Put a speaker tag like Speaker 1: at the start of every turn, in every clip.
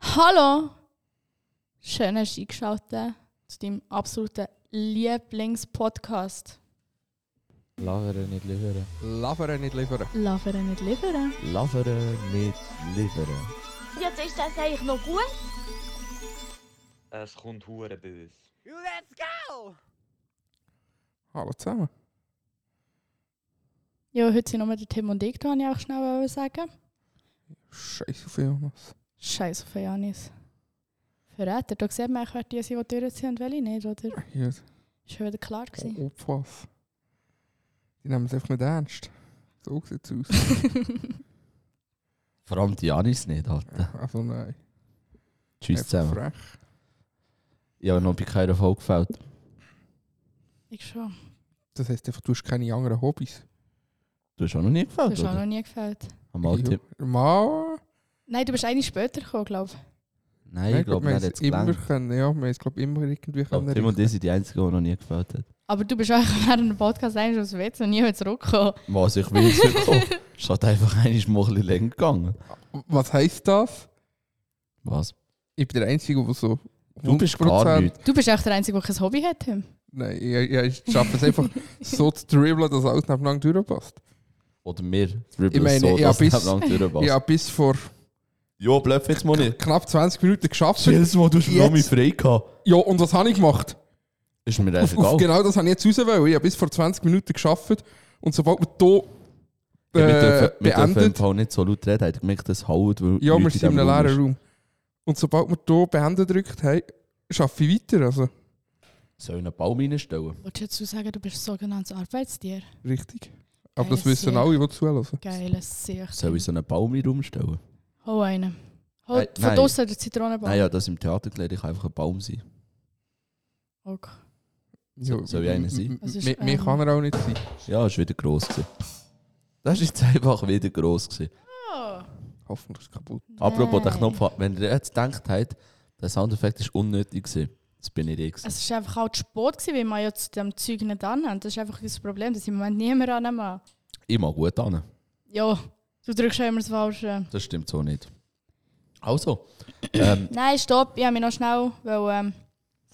Speaker 1: Hallo! Schön hast du eingeschaltet zu deinem absoluten Lieblingspodcast.
Speaker 2: Lavere nicht liefern.
Speaker 3: Lavere nicht liefern.
Speaker 1: Lavere nicht liefern.
Speaker 2: Lavere nicht liefern.
Speaker 4: Jetzt ist das eigentlich noch gut.
Speaker 5: Es kommt hure böse.
Speaker 3: Hallo zusammen.
Speaker 1: Ja, heute sind nur der Tim und ich da, wollte ich auch schnell wollen sagen.
Speaker 3: Scheiße viel, Jonas.
Speaker 1: Scheiß auf den Janis. Verräter, da sieht man, eigentlich, wer die sind, die durchziehen und welche nicht, oder?
Speaker 3: Hier,
Speaker 1: Ist schon wieder klar gewesen.
Speaker 3: oh, was. Die nehmen es einfach nicht ernst. So sieht es aus.
Speaker 2: Vor allem die Janis nicht, Alter.
Speaker 3: also nein.
Speaker 2: Tschüss
Speaker 3: Einfach
Speaker 2: zusammen.
Speaker 3: Frech.
Speaker 2: Ich habe noch bei keiner Folge gefällt.
Speaker 1: ich schon.
Speaker 3: Das heisst einfach, du hast keine anderen Hobbys.
Speaker 2: Du hast auch noch nie gefällt,
Speaker 1: Das ist auch noch
Speaker 2: oder?
Speaker 1: nie gefällt.
Speaker 2: Am Altipp.
Speaker 3: Ja, Mal.
Speaker 1: Nein, du bist eigentlich später gekommen, glaube ich.
Speaker 2: Nein, ich glaube,
Speaker 3: wir
Speaker 2: er
Speaker 3: haben
Speaker 2: hat
Speaker 3: es
Speaker 2: jetzt
Speaker 3: immer
Speaker 2: gelangt.
Speaker 3: können. Ja, wir haben es, glaube ich, immer irgendwie
Speaker 2: Ich glaube, Tim und ich sind die Einzigen, die noch nie gefällt hat.
Speaker 1: Aber du bist eigentlich während dem Podcast eigentlich aus dem WC und nie mehr zurückgekommen.
Speaker 2: Was, ich bin jetzt gekommen. Es hat einfach einmal mal ein bisschen länger gegangen.
Speaker 3: Was heisst das?
Speaker 2: Was?
Speaker 3: Ich bin der Einzige, der so.
Speaker 2: Du bist gar
Speaker 3: 100%
Speaker 2: nichts.
Speaker 1: Du bist echt der Einzige, der kein Hobby hat, Tim.
Speaker 3: Nein, ich, ich, ich schaffe es einfach so zu dribbeln, dass alles nebeneinander durchpasst.
Speaker 2: Oder wir. Dribbles
Speaker 3: Ich meine,
Speaker 2: so,
Speaker 3: ich hab
Speaker 2: dass es
Speaker 3: bis-
Speaker 2: lang durchpasst.
Speaker 3: Ich habe bis vor
Speaker 2: Jo, bleib jetzt mal nicht.
Speaker 3: knapp 20 Minuten geschafft.
Speaker 2: Jedes Mal, du hast
Speaker 3: Jetzt.
Speaker 2: noch mich frei gehabt.
Speaker 3: Ja, und was habe ich gemacht?
Speaker 2: Ist mir
Speaker 3: Auf,
Speaker 2: einfach
Speaker 3: auf
Speaker 2: Äh, egal.
Speaker 3: genau das habe ich jetzt raus wollen. Ich habe bis vor 20 Minuten geschafft und sobald wir hier
Speaker 2: Ja, wir
Speaker 3: äh,
Speaker 2: dürfen- wir dürfen im
Speaker 3: beendet,
Speaker 2: Fall nicht so laut reden. Hat gemerkt, das haut.
Speaker 3: ja, wir sind in einem leeren Raum. Und sobald wir hier beendet drückt, hey, schaffe ich weiter. Also,
Speaker 2: Soll ich einen Baum reinstellen?
Speaker 1: Wolltest du dazu sagen, du bist ein sogenanntes Arbeitstier?
Speaker 3: richtig. Aber
Speaker 1: Geiles
Speaker 3: das wissen
Speaker 1: Tier.
Speaker 3: alle, die zuhören.
Speaker 1: Geiles Sicht.
Speaker 2: Soll ich so einen Baum in den Raum stellen?
Speaker 1: Hau einen. Hau
Speaker 2: Nein,
Speaker 1: von
Speaker 2: nein.
Speaker 1: draussen den Zitronenbaum.
Speaker 2: Nein, ja, das im Theater gelernt. Ich kann einfach ein Baum sein.
Speaker 1: Okay.
Speaker 3: Ja,
Speaker 2: soll ich einer sein?
Speaker 1: Das ist,
Speaker 3: Mehr mehr
Speaker 1: ähm,
Speaker 3: kann er auch nicht sein.
Speaker 2: Ja, ist wieder gross gewesen. Das ist jetzt einfach wieder gross gewesen.
Speaker 1: Oh.
Speaker 3: Hoffentlich ist es kaputt.
Speaker 2: Apropos, der
Speaker 1: Nein.
Speaker 2: Knopf, hat- wenn ihr jetzt gedacht habt, der Soundeffekt ist unnötig gewesen. Das bin nicht ich. eh Gewesen.
Speaker 1: Es war einfach halt Sport, gewesen, weil man ja zu diesem Zeug nicht annimmt. Das ist einfach das Problem, dass ich im Moment niemand annehme.
Speaker 2: Ich mag gut an.
Speaker 1: Ja, du drückst ja immer das Falsche.
Speaker 2: Das stimmt so nicht. Also, ähm,
Speaker 1: Nein, stopp, ich habe mich noch schnell, weil... Ähm,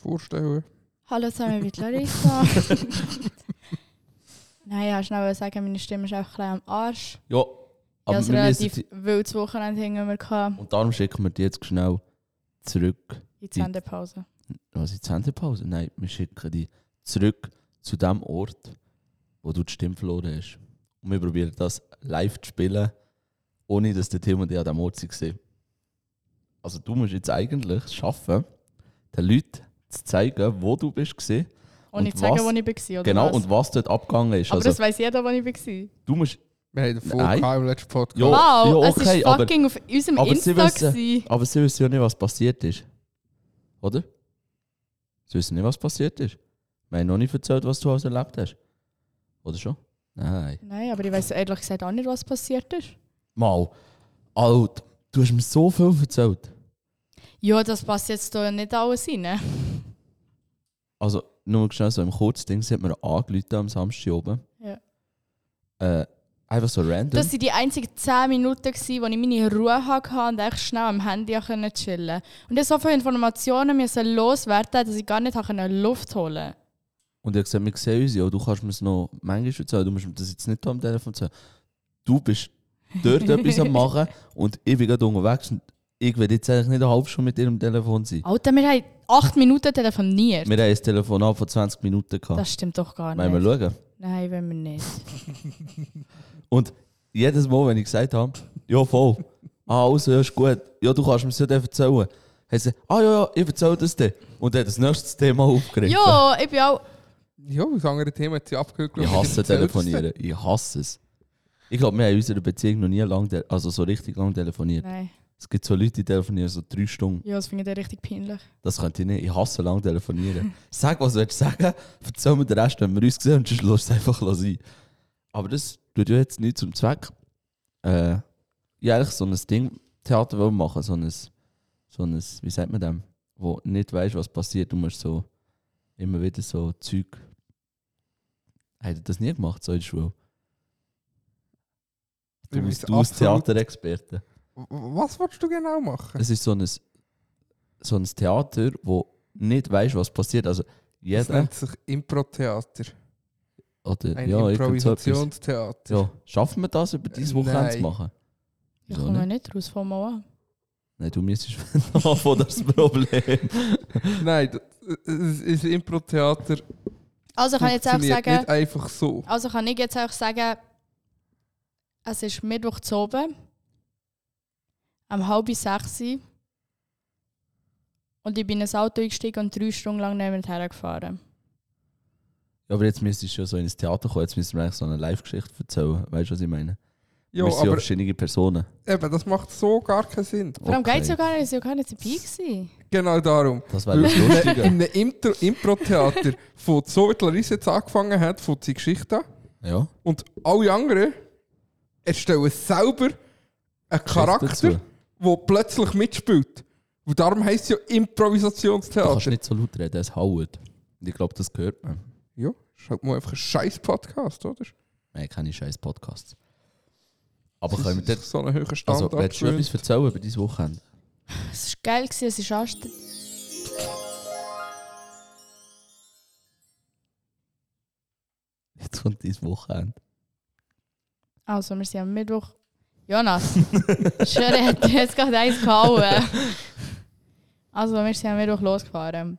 Speaker 3: Vorstellen.
Speaker 1: Hallo zusammen mit Larissa. Nein, ich wollte schnell sagen, meine Stimme ist einfach ein bisschen am Arsch.
Speaker 2: ja.
Speaker 1: Ich
Speaker 2: Aber
Speaker 1: hatte ein
Speaker 2: wir müssen,
Speaker 1: relativ
Speaker 2: die-
Speaker 1: wildes Wochenende hinter mir gehabt.
Speaker 2: und darum schicken wir die jetzt schnell zurück.
Speaker 1: in die Sendepause.
Speaker 2: Was ist die Sendepause? Nein, wir schicken die zurück zu dem Ort, wo du die Stimme verloren hast. Und wir probieren das live zu spielen, ohne dass der Tim und ich an diesem Ort waren. Also du musst jetzt eigentlich es schaffen, den Leuten zu zeigen, wo du bist gewesen,
Speaker 1: Und nicht
Speaker 2: Und
Speaker 1: zu sagen,
Speaker 2: was-
Speaker 1: wo ich war. Oder
Speaker 2: genau,
Speaker 1: was.
Speaker 2: und was dort abgegangen ist.
Speaker 1: Aber
Speaker 2: also
Speaker 1: das weiss jeder, wo ich war.
Speaker 2: du musst,
Speaker 3: Wir haben davon
Speaker 2: Nein.
Speaker 3: gehabt im letzten Podcast.
Speaker 2: Ja.
Speaker 1: wow,
Speaker 2: ja,
Speaker 1: es
Speaker 2: okay,
Speaker 1: ist
Speaker 2: aber-
Speaker 1: fucking auf unserem
Speaker 2: aber sie
Speaker 1: Insta.
Speaker 2: wissen-
Speaker 1: gewesen.
Speaker 2: aber sie wissen ja nicht, was passiert ist. Oder? Sie wissen nicht, was passiert ist. Wir haben noch nicht erzählt, was du alles erlebt hast. Oder schon? Nein.
Speaker 1: Nein, aber ich weiss ehrlich gesagt auch nicht, was passiert ist.
Speaker 2: Mal. Alt, du hast mir so viel erzählt.
Speaker 1: Ja, das passt jetzt hier nicht alles rein.
Speaker 2: Also, nur schnell so im Kurzding, sie hat mir angerufen am Samstag oben.
Speaker 1: Ja.
Speaker 2: Äh, einfach so random.
Speaker 1: Das waren die einzigen 10 Minuten, gewesen, wo ich meine Ruhe hatte und echt schnell am Handy konnte chillen Und ich musste so viele Informationen müssen loswerden, dass ich gar nicht habe können Luft holen
Speaker 2: Und er hat gesagt, wir sehen uns ja, du kannst mir es noch manchmal erzählen, du musst mir das jetzt nicht am Telefon erzählen. Du bist dort etwas am machen und ich bin gerade unterwegs und ich will jetzt eigentlich nicht eine halbe Stunde mit dir am Telefon sein.
Speaker 1: Alter, wir haben 8 Minuten telefoniert.
Speaker 2: Wir haben ein Telefonat von 20 Minuten gehabt.
Speaker 1: Das stimmt doch gar
Speaker 2: Wollen wir
Speaker 1: nicht.
Speaker 2: schauen?
Speaker 1: Nein, wenn wir nicht.
Speaker 2: Und jedes Mal, wenn ich gesagt habe, ja voll, ah, also ja, ist gut, ja, du kannst mir das ja dann erzählen, hat sie, ah ja, ja, ich erzähle das dir. Und dann hat das nächste Thema aufgegriffen.
Speaker 1: Ja, ich bin auch.
Speaker 3: Ja, das andere Thema hat sie abgehört.
Speaker 2: Ich hasse telefonieren, ich hasse es. Ich glaube, wir haben in unserer Beziehung noch nie lang, te- also so richtig lang telefoniert.
Speaker 1: Nein.
Speaker 2: Es gibt so Leute, die telefonieren so drei Stunden.
Speaker 1: Ja, das finde ich dann richtig peinlich.
Speaker 2: Das könnte ich nicht. Ich hasse lang telefonieren. Sag, was du willst sagen, erzähl mir den Rest, wenn wir uns sehen und sonst lass es einfach sein. Aber das tut ja jetzt nicht zum Zweck. Äh, ich eigentlich so ein Ding, Theater will machen, so ein, so ein, wie sagt man dem, wo nicht weißt, was passiert, du musst so immer wieder so Zeug. Hat er das nie gemacht, so in der Schule? Du
Speaker 3: Ich
Speaker 2: bist
Speaker 3: weiss
Speaker 2: du als
Speaker 3: absolut-
Speaker 2: Theaterexperte.
Speaker 3: Was willst du genau machen?
Speaker 2: Es ist so ein so ein Theater, wo nicht weiß, was passiert. Also
Speaker 3: Das
Speaker 2: jeder
Speaker 3: nennt sich Impro-Theater.
Speaker 2: oder
Speaker 3: Ein
Speaker 2: ja, irgend so etwas.
Speaker 3: Improvisationstheater.
Speaker 2: Ja, schaffen wir das über dieses Wochenende zu
Speaker 3: Nein.
Speaker 2: machen?
Speaker 1: Ich
Speaker 2: Wieso
Speaker 1: komme
Speaker 2: nicht?
Speaker 1: nicht raus, fang mal an.
Speaker 2: Nein, du müsstest anfangen, das ist das Problem.
Speaker 3: Nein, das- das ist Impro-Theater.
Speaker 1: Also kann ich jetzt auch
Speaker 3: funktioniert
Speaker 1: sagen,
Speaker 3: Nicht einfach so.
Speaker 1: also kann ich jetzt auch sagen, es ist Mittwoch zu oben, am halb sechs Uhr. und ich bin in ein Auto eingestiegen und drei Stunden lang nicht mehr hergefahren.
Speaker 2: Ja, aber jetzt müsstest du ja so ins Theater kommen, jetzt müssen wir eigentlich so eine Live-Geschichte erzählen. Weißt du, was ich meine?
Speaker 3: Ja,
Speaker 2: wir sind ja
Speaker 3: aber
Speaker 2: verschiedene Personen.
Speaker 3: eben, das macht so gar keinen Sinn.
Speaker 1: Warum
Speaker 2: Okay.
Speaker 1: geht es ja gar nicht? Ich war ja gar nicht dabei. Gewesen.
Speaker 3: Genau darum.
Speaker 2: Das wäre
Speaker 3: Weil
Speaker 2: das
Speaker 3: in
Speaker 2: Lustige.
Speaker 3: einem Impro- Impro-Theater, von so wie die Larissa jetzt angefangen hat, von die Geschichte an,
Speaker 2: ja,
Speaker 3: und alle anderen erstellen selber einen Charakter,
Speaker 2: dazu.
Speaker 3: der plötzlich mitspielt. Und darum heisst es ja
Speaker 2: du kannst
Speaker 3: Improvisationstheater.
Speaker 2: nicht so laut reden, es haut. Und Ich glaube, das gehört man.
Speaker 3: Ja, ist halt mal einfach ein scheiß Podcast, oder?
Speaker 2: Nein, keine scheiß Podcasts. Aber
Speaker 3: Das
Speaker 2: können wir
Speaker 3: ist
Speaker 2: dort,
Speaker 3: so einen hohen Standard
Speaker 2: also, willst du
Speaker 3: gewöhnt.
Speaker 2: etwas erzählen über dein Wochenende?
Speaker 1: Es war geil, gewesen, es war anstrengend.
Speaker 2: Jetzt kommt dein Wochenende.
Speaker 1: Also, wir sind am Mittwoch. Jonas, schön, er hat jetzt gerade eins gehauen. Also, wir sind am Mittwoch losgefahren.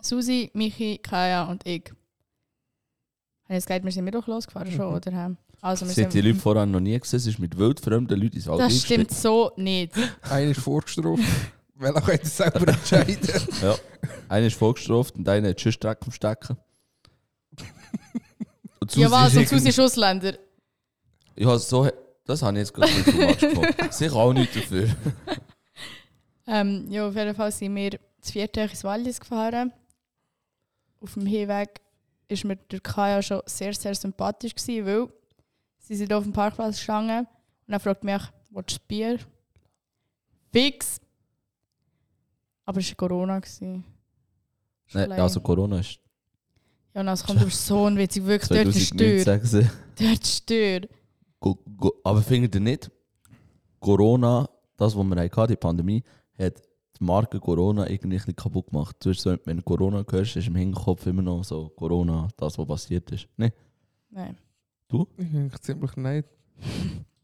Speaker 1: Susi, Michi, Kaya und ich. Habe ich jetzt gesagt, wir sind am Mittwoch losgefahren schon, oder? hä? Also, wir
Speaker 2: Das haben die Leute
Speaker 1: sind
Speaker 2: vorher noch nie gesehen, es ist mit wildfremden Leuten ins Auto
Speaker 1: das stimmt so nicht.
Speaker 3: Einer ist vorgestraft, weil er könnte selber entscheiden.
Speaker 2: Ja. Einer ist vorgestraft und einer hat Schussstreck am Stecken. Und Susi
Speaker 1: ja, also was?
Speaker 2: ist
Speaker 1: Und Susi
Speaker 2: irgendwie-
Speaker 1: ist Ausländer.
Speaker 2: Ja, so, das habe ich jetzt gerade nicht so much gefunden. Sicher auch nicht dafür.
Speaker 1: Ähm, ja, auf jeden Fall sind wir das vierte ins Wallis gefahren. Auf dem Hinweg war mir der Kaya schon sehr, sehr sympathisch, gewesen, weil sie sind auf dem Parkplatz gestanden und er fragt mich, willst du ein Bier? Fix! Aber es war Corona. Gewesen.
Speaker 2: Nein,
Speaker 1: Schleim.
Speaker 2: also Corona ist
Speaker 1: Jonas, komm, du bist so unwitzig, wirklich, dort ist Tür.
Speaker 2: 2019 gewesen.
Speaker 1: Dort ist Tür.
Speaker 2: Go- go- Aber findet ihr nicht, Corona, das, was wir hatten, die Pandemie, hat die Marke Corona irgendwie ein bisschen kaputt gemacht. Du hast so, wenn du Corona hörst, ist im Hinterkopf immer noch so Corona, das, was passiert ist. Nein,
Speaker 1: Nein.
Speaker 3: Ich denke ziemlich nein.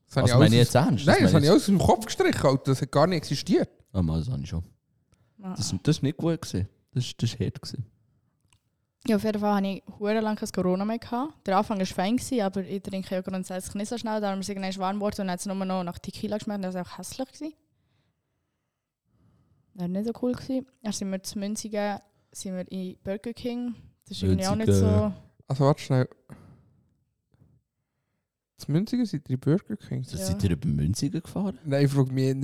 Speaker 3: Das
Speaker 2: das
Speaker 3: habe ich
Speaker 2: Also meine ich
Speaker 3: alles-
Speaker 2: jetzt ernst.
Speaker 3: Nein, das habe
Speaker 2: meine
Speaker 3: ich alles im Kopf gestrichen, Alter. Das hat gar nicht existiert.
Speaker 2: jetzt- Ah, mal, das habe ich schon.
Speaker 1: Ah.
Speaker 2: Das, das ist nicht gut gewesen. Das ist, das ist hart gewesen.
Speaker 1: Ja, auf jeden Fall hatte ich hure lange kein Corona mehr. Gehabt. Der Anfang war fein, gewesen, aber ich trinke ja grundsätzlich nicht so schnell. Darum ist es irgendwann warm geworden und dann hat es nur noch nach Tequila geschmeckt. Das war auch hässlich. Gewesen. Das war nicht so cool. Gewesen. Dann sind wir zu Münzigen, sind wir in Burger King. Das ist irgendwie auch nicht so...
Speaker 2: Münzigen.
Speaker 3: Also warte schnell. Das Münziger sind drei Burger Kings.
Speaker 2: Das
Speaker 1: Ja.
Speaker 2: Seid ihr über Münzigen gefahren?
Speaker 3: Nein, frag mich eher.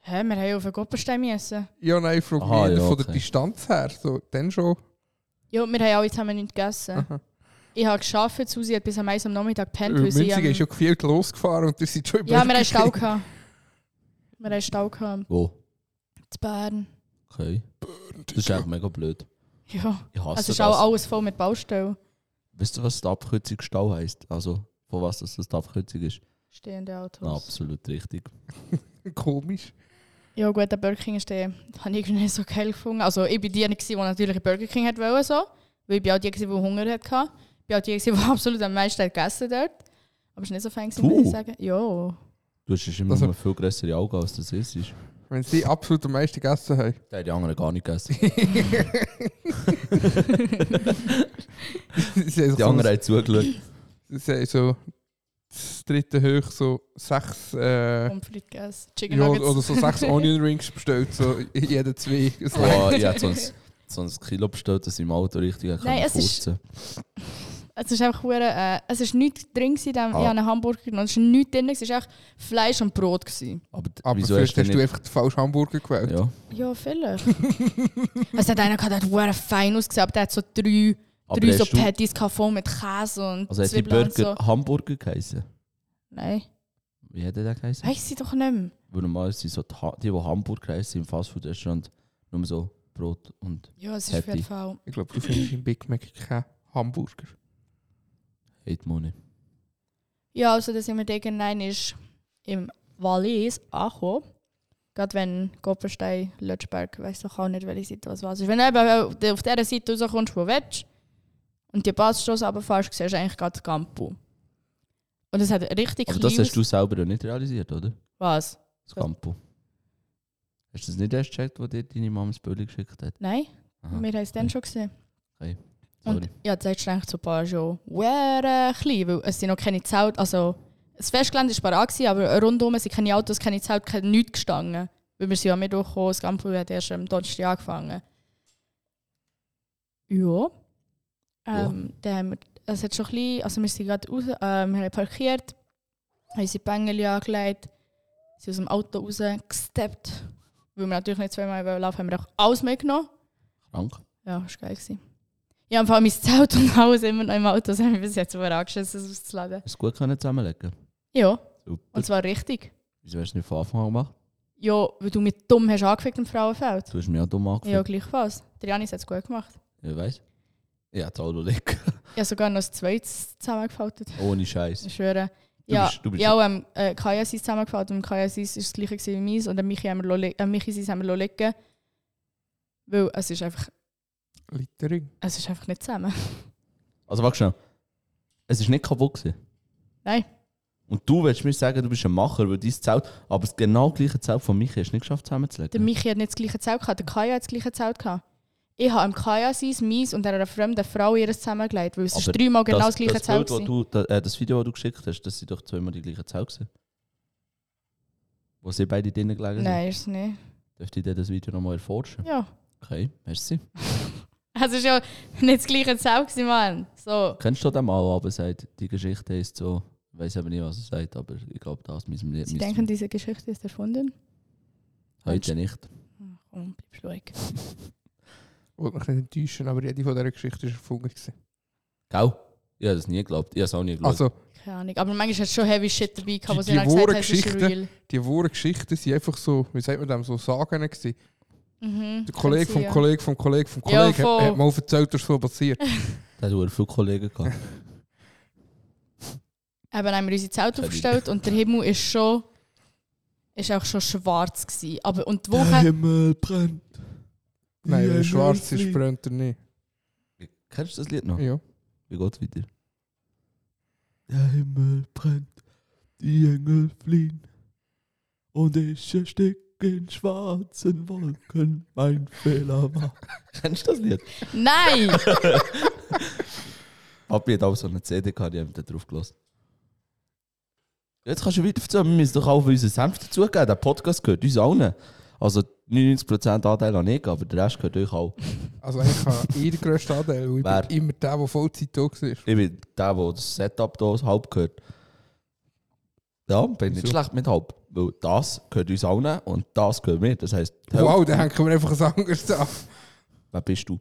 Speaker 1: Hä, wir haben ja auf den Goppenstein müssen.
Speaker 3: Ja, nein, frag mich
Speaker 2: Aha,
Speaker 3: eher
Speaker 2: ja,
Speaker 3: von der
Speaker 2: okay.
Speaker 3: Distanz her. So, dann schon.
Speaker 1: Ja, und wir haben alle zusammen nichts gegessen.
Speaker 3: Aha.
Speaker 1: Ich habe gearbeitet, Susi hat bis am 1 am Nachmittag
Speaker 3: Äh,
Speaker 1: gepennt. weil sie
Speaker 3: Münziger
Speaker 1: am-
Speaker 3: ist ja gefühlt losgefahren und ihr seid schon im
Speaker 1: Ja, wir
Speaker 3: Burger
Speaker 1: haben Stau.
Speaker 3: King.
Speaker 1: gehabt. Wir haben Stau gehabt.
Speaker 2: Wo?
Speaker 1: Zu Bern.
Speaker 2: Okay. Das ist echt mega blöd.
Speaker 1: Ja.
Speaker 2: Ich hasse
Speaker 1: Also ist
Speaker 2: das.
Speaker 1: auch alles voll mit Baustellen.
Speaker 2: Weißt du, was die Abkürzung Stau heisst? Also, von was das die Abkürzung ist?
Speaker 1: Stehende Autos.
Speaker 2: Na, absolut richtig.
Speaker 3: Komisch.
Speaker 1: Ja gut, der Burger King ist der, den habe ich irgendwie nicht so geil gefunden. Also ich war die, eine gewesen, die natürlich einen Burger King hat wollte, so. weil ich bin auch die, gewesen, die Hunger hatte. Ich bin auch die, gewesen, die absolut am meisten hat gegessen dort. Aber es war nicht so fein, gewesen,
Speaker 2: Du?
Speaker 1: würde ich sagen. Ja.
Speaker 2: Du hast immer
Speaker 3: Also-
Speaker 2: noch viel größere Augen, als das ist. ist.
Speaker 3: Wenn sie absolut am meisten gegessen haben.
Speaker 2: Der hat die anderen gar nicht gegessen.
Speaker 3: sie
Speaker 2: Die
Speaker 3: haben so ein-
Speaker 2: anderen haben zugeschaut.
Speaker 3: sie haben so das dritte hoch so sechs. Äh,
Speaker 1: Pommes frites gegessen, Chicken
Speaker 3: ja,
Speaker 1: Nuggets.
Speaker 3: oder so sechs Onion Rings bestellt, so jeder zwei. Es
Speaker 2: Boah, ich hätte sonst, sonst ein Kilo bestellt, dass ich im Auto richtig hätte
Speaker 1: Nein,
Speaker 2: können
Speaker 1: es ist-
Speaker 2: furzen.
Speaker 1: Es ist einfach hure, äh, es ist nichts drin gewesen, dem,
Speaker 2: Ah.
Speaker 1: ich habe einen Hamburger genommen, es war nichts drin, gewesen, es war echt Fleisch und Brot. Gewesen.
Speaker 2: Aber, d-
Speaker 3: Aber
Speaker 2: wieso
Speaker 3: vielleicht
Speaker 2: hast
Speaker 3: hast
Speaker 2: du
Speaker 3: du
Speaker 2: nicht...
Speaker 3: einfach den falschen Hamburger gewählt.
Speaker 2: ja.
Speaker 1: Ja, vielleicht. es hat einer gehabt, der hat hure fein ausgesehen, aber der hat so drei,
Speaker 2: Aber
Speaker 1: drei so
Speaker 2: hast du,
Speaker 1: Patties gehabt, voll mit Käse und
Speaker 2: also hat die
Speaker 1: Zwiebeln
Speaker 2: Burger
Speaker 1: und so.
Speaker 2: Hamburger geheißen?
Speaker 1: Nein,
Speaker 2: Wie hat der geheißen?
Speaker 1: weiß ich doch nicht mehr.
Speaker 2: Weil normal sind so die, Ha- die, die Hamburger heißen im Fastfood-Restaurant, nur so Brot und
Speaker 1: Ja, es ist auf jeden
Speaker 2: Patty.
Speaker 1: Fall...
Speaker 3: Ich glaube, du findest im Big Mac keinen Hamburger.
Speaker 2: Hate Money.
Speaker 1: Ja, also da sind wir irgendwann ist im Wallis angekommen. Gerade wenn Goppenstein, Lötschberg, weiss doch auch nicht, welche Seite was was ist. Wenn du eben äh, auf dieser Seite rauskommst, wo du willst, und die Passstoss runterfährst, siehst du eigentlich gerade das Campo. Und es hat ein richtig
Speaker 2: Aber das hast du selber ja nicht realisiert, oder?
Speaker 1: Was?
Speaker 2: Das Campo. Hast du das nicht erst gecheckt, was dir deine Mama das Bild geschickt hat?
Speaker 1: Nein,
Speaker 2: Aha.
Speaker 1: wir haben es dann schon gesehen. Und
Speaker 2: Sorry.
Speaker 1: ja, jetzt sagst du eigentlich zu paar schon, wäre äh, klein, weil es sind noch keine Zelte, also das Festgelände war parat, gewesen, aber rundum sind keine Autos, keine Zelte, kein nichts gestanden. Weil wir sind ja mit durchgekommen, das Kampf hat erst am Donnerstag angefangen. Ja. Ähm, Dann haben wir, es hat schon ein bisschen, also wir sind gerade raus, äh, wir haben parkiert, haben unsere Bengel angelegt, sind aus dem Auto raus, gesteppt. Weil wir natürlich nicht zweimal laufen wollten, haben wir auch alles mitgenommen.
Speaker 2: Krank.
Speaker 1: Ja, das war geil. Gewesen. Ja, im Fall mein Zelt und alles immer noch im Auto, das haben wir bis jetzt aber angeschissen, das auszuladen.
Speaker 2: Es gut können zusammenlegen.
Speaker 1: Ja,
Speaker 2: Super.
Speaker 1: und zwar richtig.
Speaker 2: Wieso hast du nicht von Anfang an gemacht?
Speaker 1: Ja, weil du mit dumm hast angefangen im Frauenfeld.
Speaker 2: Du hast mich auch dumm
Speaker 1: Ja,
Speaker 2: angefangen.
Speaker 1: gleichfalls. Der Janis hat es gut gemacht.
Speaker 2: Ja. Ich weiß. Ja, das Auto liegt.
Speaker 1: Ich habe sogar noch ein zweites zusammengefaltet.
Speaker 2: Ohne Scheiß.
Speaker 1: Ich schwöre. Ja,
Speaker 2: bist- du bist-
Speaker 1: ja, ähm, äh, Kaya sein zusammengefaltet und Kaya sein war das gleiche gewesen wie meins und dann Michi, haben wir lo- äh, Michi sein haben wir lo liegen. Weil es ist einfach,
Speaker 3: Littering.
Speaker 1: es ist einfach nicht zusammen.
Speaker 2: Also warte schnell. Es ist nicht kaputt gewesen.
Speaker 1: Nein.
Speaker 2: Und du willst mir sagen, du bist ein Macher, weil dein Zelt, aber das genau gleiche Zelt von Michi hast du nicht geschafft
Speaker 1: Der
Speaker 2: zusammenzulegen.
Speaker 1: Michi hat nicht das gleiche Zelt gehabt, der Kaya hat das gleiche Zelt gehabt. Ich habe im Kaya sein, meins und einer fremden Frau ihres zusammengelegt, weil es ist
Speaker 2: Aber
Speaker 1: dreimal genau das, gleiche
Speaker 2: das
Speaker 1: Zelt
Speaker 2: Bild, wo
Speaker 1: gewesen.
Speaker 2: du, das, äh, das Video, das du geschickt hast, das sind doch zweimal die gleichen Zelt gewesen. Wo sie beide drinnen gelegen sind.
Speaker 1: Nein, ist es nicht.
Speaker 2: Dürfte ich dir das Video nochmal erforschen?
Speaker 1: Ja. Also
Speaker 2: Okay, merci.
Speaker 1: Es war ja nicht das gleiche Zelt, gewesen, Mann. So.
Speaker 2: Kennst du den Mann, der aber sagt, die Geschichte ist so, ich weiß aber nicht, was er sagt, aber ich glaube, das müssen wir
Speaker 1: Sie
Speaker 2: müssen wir
Speaker 1: denken, diese Geschichte ist erfunden.
Speaker 2: heute nicht.
Speaker 1: Komm, bleibst ruhig.
Speaker 3: Ich wollte mich nicht enttäuschen, aber jede von dieser Geschichte war erfunden. gewesen.
Speaker 2: Gell? Ich habe das nie geglaubt. Ich habe es auch nie geglaubt.
Speaker 3: Also,
Speaker 1: Keine Ahnung. Aber manchmal hat es schon heavy shit dabei gehabt, wo
Speaker 3: Die-
Speaker 1: sie dann
Speaker 3: die
Speaker 1: gesagt
Speaker 3: wahren
Speaker 1: haben, es ist
Speaker 3: Geschichten.
Speaker 1: real.
Speaker 3: die wahren Geschichten sind einfach so, wie sagt man dem, so Sagen. Gewesen.
Speaker 1: Mhm.
Speaker 3: Der Kollege
Speaker 1: Kann
Speaker 3: vom
Speaker 1: sein,
Speaker 3: Kollege vom Kollege vom
Speaker 1: Ja,
Speaker 3: Kollegen
Speaker 1: voll.
Speaker 3: hat, hat mal erzählt, was so passiert.
Speaker 2: da hat er viele Kollegen gehabt.
Speaker 1: Eben haben wir unsere Zelt aufgestellt und der Himmel ist schon, ist auch schon schwarz gewesen. Aber und die Woche...
Speaker 2: Himmel brennt.
Speaker 3: Nein,
Speaker 2: Ja,
Speaker 3: weil schwarz
Speaker 2: nein,
Speaker 3: ist, brennt er nicht.
Speaker 2: Kennst du das Lied noch?
Speaker 3: Ja.
Speaker 2: Wie geht's weiter? Der Himmel brennt, die Engel fliehen. Und ich erstick in schwarzen Wolken, mein Fehler war. Kennst du das Lied?
Speaker 1: Nein!
Speaker 2: Papi hat auch so eine CD gehabt, die haben da drauf gelassen. Jetzt kannst du weiter erzählen, wir müssen doch auch unseren Senf dazugeben. Der Podcast gehört uns allen. Also 99% Anteil an ich, aber der Rest gehört euch auch.
Speaker 3: Also eigentlich habe ich den grössten Anteil, weil ich
Speaker 2: Wer?
Speaker 3: bin immer der, der Vollzeit da war.
Speaker 2: Ich bin der, der das Setup hier halb gehört. Ja, bin nicht
Speaker 3: Wieso?
Speaker 2: schlecht mit halb. Weil das gehört uns allen und das gehört mir. Das heisst, die Hälfte-
Speaker 3: Wow, dann hängen wir einfach ein anderes an.
Speaker 2: wer bist du?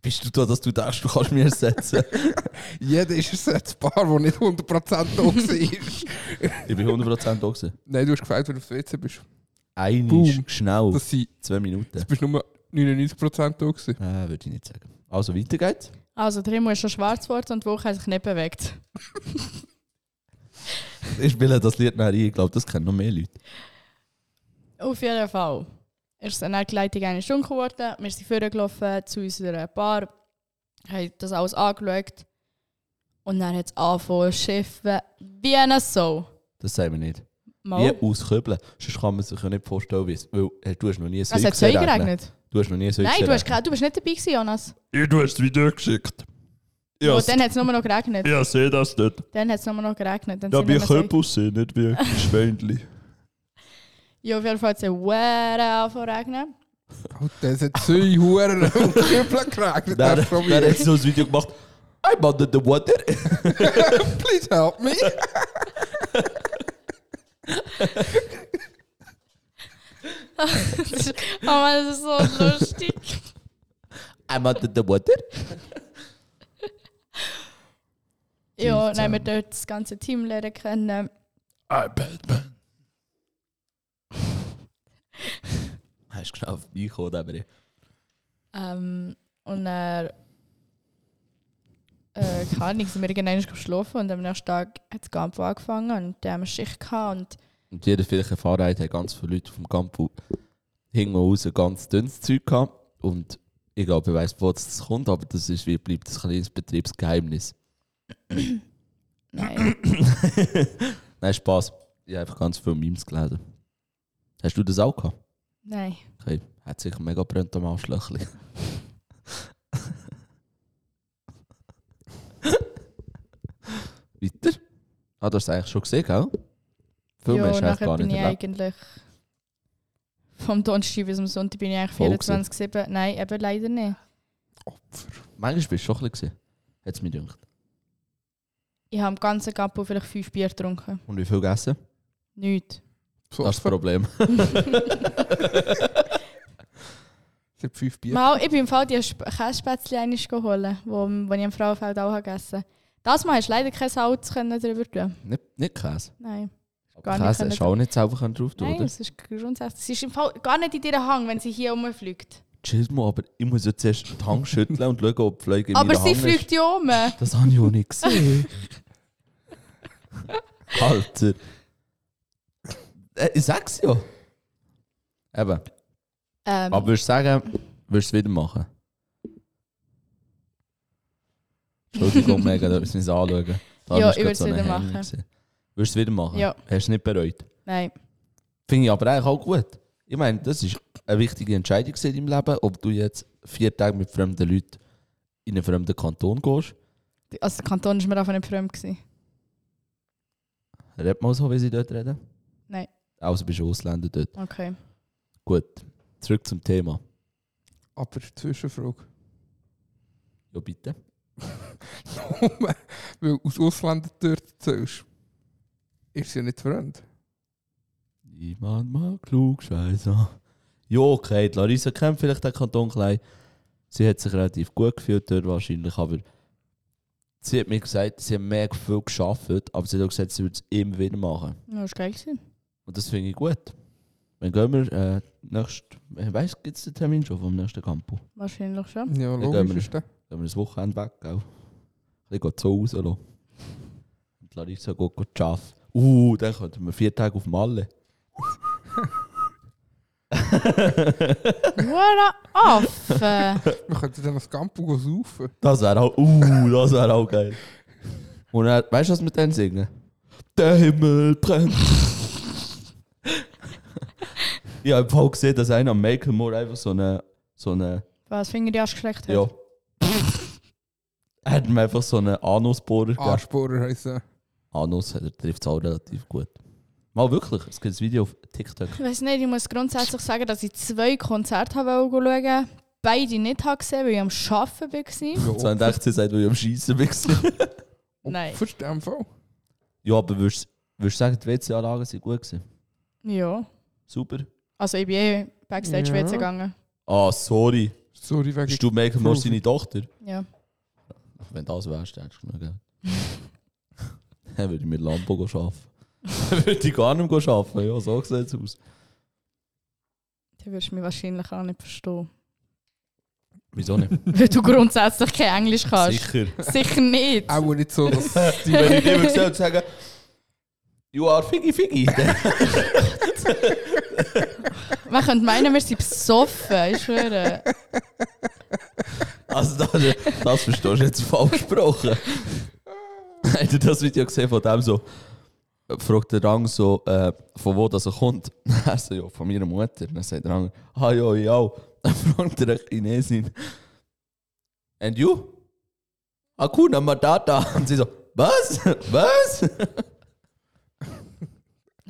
Speaker 2: Bist du da, dass du denkst, du kannst mich ersetzen?
Speaker 3: Jeder ist ein Paar, der nicht 100% da war.
Speaker 2: ich bin 100% da gewesen.
Speaker 3: Nein, du hast gefällt, wenn du auf WC bist.
Speaker 2: Einmal
Speaker 3: Boom.
Speaker 2: schnell,
Speaker 3: Das sind,
Speaker 2: zwei Minuten.
Speaker 3: du bist nur 99% da gewesen.
Speaker 2: Äh, Würde ich nicht sagen. Also weiter geht's.
Speaker 1: Also, der Himmel ist schon schwarz geworden und die Woche hat sich nicht bewegt.
Speaker 2: Ich spiele das Lied nachher ein, ich glaube, das kennen noch mehr Leute.
Speaker 1: Auf jeden Fall ist dann auch die Leitung eine Stunde geworden. Wir sind vorgelaufen zu unserer Bar, haben das alles angeschaut. Und dann hat es angefangen zu schiffen wie eine Sau.
Speaker 2: Das sagen wir nicht.
Speaker 1: Mal.
Speaker 2: Wie auskübeln. Sonst kann man sich ja nicht vorstellen, wie es... Weil äh, du hast noch nie so
Speaker 1: es hat so Also, geregnet.
Speaker 2: Du hast noch nie so
Speaker 1: Nein, du, hast, ge- du bist nicht dabei, gewesen, Jonas.
Speaker 2: Du hast das Video geschickt.
Speaker 1: Ja, Und dann hat es nur noch geregnet.
Speaker 2: Ja, sehe eh das nicht.
Speaker 1: Dann hat es nur noch geregnet. Dann
Speaker 2: Ja,
Speaker 1: sind wir
Speaker 2: wie
Speaker 1: noch so-
Speaker 2: Köpus sind, nicht wie Schweinli.
Speaker 1: Ja, auf jeden Fall hat es angefangen zu regnen.
Speaker 3: Alter, es hat zwei Huren und Kübel geregnet.
Speaker 2: Dann
Speaker 3: Das ist von
Speaker 2: dann
Speaker 3: mir.
Speaker 2: hat sie so ein Video gemacht. I'm under the water.
Speaker 3: Please help me.
Speaker 1: Das ist- oh Mann, das ist so lustig.
Speaker 2: I'm under the water.
Speaker 1: ja,
Speaker 2: Die
Speaker 1: dann haben wir dort das ganze Team lernen können.
Speaker 2: I'm Batman. Hast du genau auf mich gekommen, aber ich...
Speaker 1: Ähm, und dann. Äh, keine Ahnung, sind wir irgendwann schlafen und am nächsten Tag hat das Camp angefangen und dann haben wir Schicht gehabt und
Speaker 2: Und jeder vielleicht erfahren hat, haben ganz viele Leute vom Campus hinten raus ein ganz dünnes Zeug gehabt. Und ich glaube, ich weiss, wo das kommt, aber das ist wie bleibt ein kleines Betriebsgeheimnis.
Speaker 1: Nein.
Speaker 2: Nein, Spaß. Ich habe einfach ganz viele Memes gelesen. Hast du das auch gehabt?
Speaker 1: Nein.
Speaker 2: Okay, hat sicher mega brennt am Arschlöchli. Weiter? Ah, du hast es eigentlich schon gesehen, gell? Viel
Speaker 1: Ja,
Speaker 2: mehr hast du eigentlich
Speaker 1: nachher
Speaker 2: gar
Speaker 1: bin
Speaker 2: nicht
Speaker 1: ich
Speaker 2: erlebt.
Speaker 1: eigentlich vom Donnerstag bis am Sonntag bin ich eigentlich
Speaker 2: Voll gewesen.
Speaker 1: 24-7. Nein, eben leider nicht.
Speaker 3: Opfer.
Speaker 2: Manchmal bist du schon ein bisschen, hat es mir gedacht.
Speaker 1: Ich habe am ganzen Gappo vielleicht fünf Bier getrunken.
Speaker 2: Und wie viel gegessen?
Speaker 1: Nichts.
Speaker 3: So,
Speaker 2: Das ist das
Speaker 3: Opfer.
Speaker 2: Problem.
Speaker 3: Es sind fünf Bier.
Speaker 1: Mal, ich bin im Fall die Sp- Kässpätzle einmal geholt, wo, wo ich am Frauenfeld auch gegessen habe. Das Mal hast du leider kein Salz können drüber tun.
Speaker 2: Nicht, nicht Käse.
Speaker 1: Nein.
Speaker 2: Aber
Speaker 1: Gar nicht
Speaker 2: Käse
Speaker 1: können-
Speaker 2: ist auch nicht selber können drauf tun,
Speaker 1: Nein,
Speaker 2: oder?
Speaker 1: es ist grundsätzlich. Es ist im Fall gar nicht in dir Hang, wenn sie hier rumfliegt.
Speaker 2: Chill mal, aber ich muss jetzt erst die Hand schütteln und schauen, ob die Fliege in
Speaker 1: Aber
Speaker 2: meiner
Speaker 1: sie
Speaker 2: Hand ist.
Speaker 1: fliegt ja um.
Speaker 2: Das habe ich auch nicht gesehen. Alter. Äh, Ich sag's ja. Eben.
Speaker 1: Ähm,
Speaker 2: Aber würdest du sagen, würdest du es wieder machen? Entschuldigung, mega, da müssen wir es anschauen. Da
Speaker 1: Ja,
Speaker 2: hast du
Speaker 1: ich
Speaker 2: gerade
Speaker 1: würd's
Speaker 2: so eine
Speaker 1: wieder
Speaker 2: Hemmung
Speaker 1: machen.
Speaker 2: gesehen. Würdest du es wieder machen?
Speaker 1: Ja.
Speaker 2: Hast du es nicht bereut?
Speaker 1: nein.
Speaker 2: Finde ich aber eigentlich auch gut. Ich meine, das ist eine wichtige Entscheidung gewesen in deinem Leben, ob du jetzt vier Tage mit fremden Leuten in einen fremden Kanton gehst.
Speaker 1: Also der Kanton war mir einfach nicht fremd. Gewesen.
Speaker 2: Red mal so, wie sie dort reden.
Speaker 1: Nein.
Speaker 2: Außer bist du Ausländer dort.
Speaker 1: Okay.
Speaker 2: Gut, zurück zum Thema.
Speaker 3: Aber Zwischenfrage.
Speaker 2: Ja, bitte.
Speaker 3: Weil du aus Ausländer dort zählst, ist ja nicht fremd.
Speaker 2: Niemand mag klug Scheiße. Ja, okay, die Larissa kennt vielleicht den Kanton klein. Sie hat sich relativ gut gefühlt dort wahrscheinlich, aber sie hat mir gesagt, sie hat mega viel geschafft, aber sie hat auch gesagt, sie würde es immer wieder machen.
Speaker 1: Ja, das war geil. Gewesen.
Speaker 2: Und das finde ich gut. Dann gehen wir äh, nächst, ich weiss, gibt es den Termin schon vom nächsten Campo?
Speaker 1: Wahrscheinlich schon.
Speaker 3: Ja,
Speaker 2: gehen wir
Speaker 3: logisch
Speaker 2: nicht.
Speaker 3: ist das.
Speaker 2: Gehen wir das Wochenende weg, gell? Ich gehe zu Hause lassen. Und die Larissa geht, geht arbeiten. Uh, dann könnten wir vier Tage auf Malle.
Speaker 1: What a Affe!
Speaker 3: Wir könnten dann das Campo saufen.
Speaker 2: Das wäre auch, uh, das wäre auch geil. Und dann, weißt du, was wir dann singen? Der Himmel brennt. ich habe im Fall gesehen, dass einer am Michael Moore einfach so eine, so eine,
Speaker 1: Was Finger die Arsch geschleckt hat?
Speaker 2: ja. er hat mir einfach so einen Anusbohrer gegeben.
Speaker 3: Ansporer heißen.
Speaker 2: Anus, er trifft es auch relativ gut. Mal wirklich, es gibt ein Video auf TikTok.
Speaker 1: Ich weiß nicht, ich muss grundsätzlich sagen, dass ich zwei Konzerte habe wollen schauen. Beide nicht habe gesehen, weil ich am Arbeiten war.
Speaker 2: Oh.
Speaker 3: Ja,
Speaker 2: 2018 sagt, wo ich am Schießen bin.
Speaker 1: Nein.
Speaker 3: Für den Fall.
Speaker 2: ja, aber würdest würdest du sagen, die WC-Anlagen sind gut gewesen?
Speaker 1: Ja.
Speaker 2: Super.
Speaker 1: Also ich bin eh Backstage
Speaker 3: Ja.
Speaker 1: WC gegangen.
Speaker 2: Ah, sorry.
Speaker 3: Sorry wegen.
Speaker 2: Bist du Michael Moore seine Tochter?
Speaker 1: Ja.
Speaker 2: Wenn das wärst, hättest du genug Geld. Dann würde ich mit Lambo gehen arbeiten. Dann würde ich gar nicht mehr arbeiten. Ja, so sieht es aus.
Speaker 1: Dann wirst du mich wahrscheinlich auch nicht verstehen.
Speaker 2: Wieso nicht?
Speaker 1: Weil du grundsätzlich kein Englisch kannst.
Speaker 2: Sicher.
Speaker 1: Sicher nicht.
Speaker 3: Auch nicht so, dass
Speaker 2: Die, wenn ich dir gesagt sagen, you are figgy figgy.
Speaker 1: Man könnte meinen, wir sind besoffen, ich schwöre.
Speaker 2: also das, das verstehst du jetzt falsch gesprochen. Habt ihr das Video gesehen von dem so? Fragt der Rang so, äh, von wo das er kommt. Er so, ja, von meiner Mutter. Dann sagt der Rang, ah ja, ja. auch.» Dann fragt der Chinesin, and you? "Ah, Akuna Matata. Und sie so, was? Was?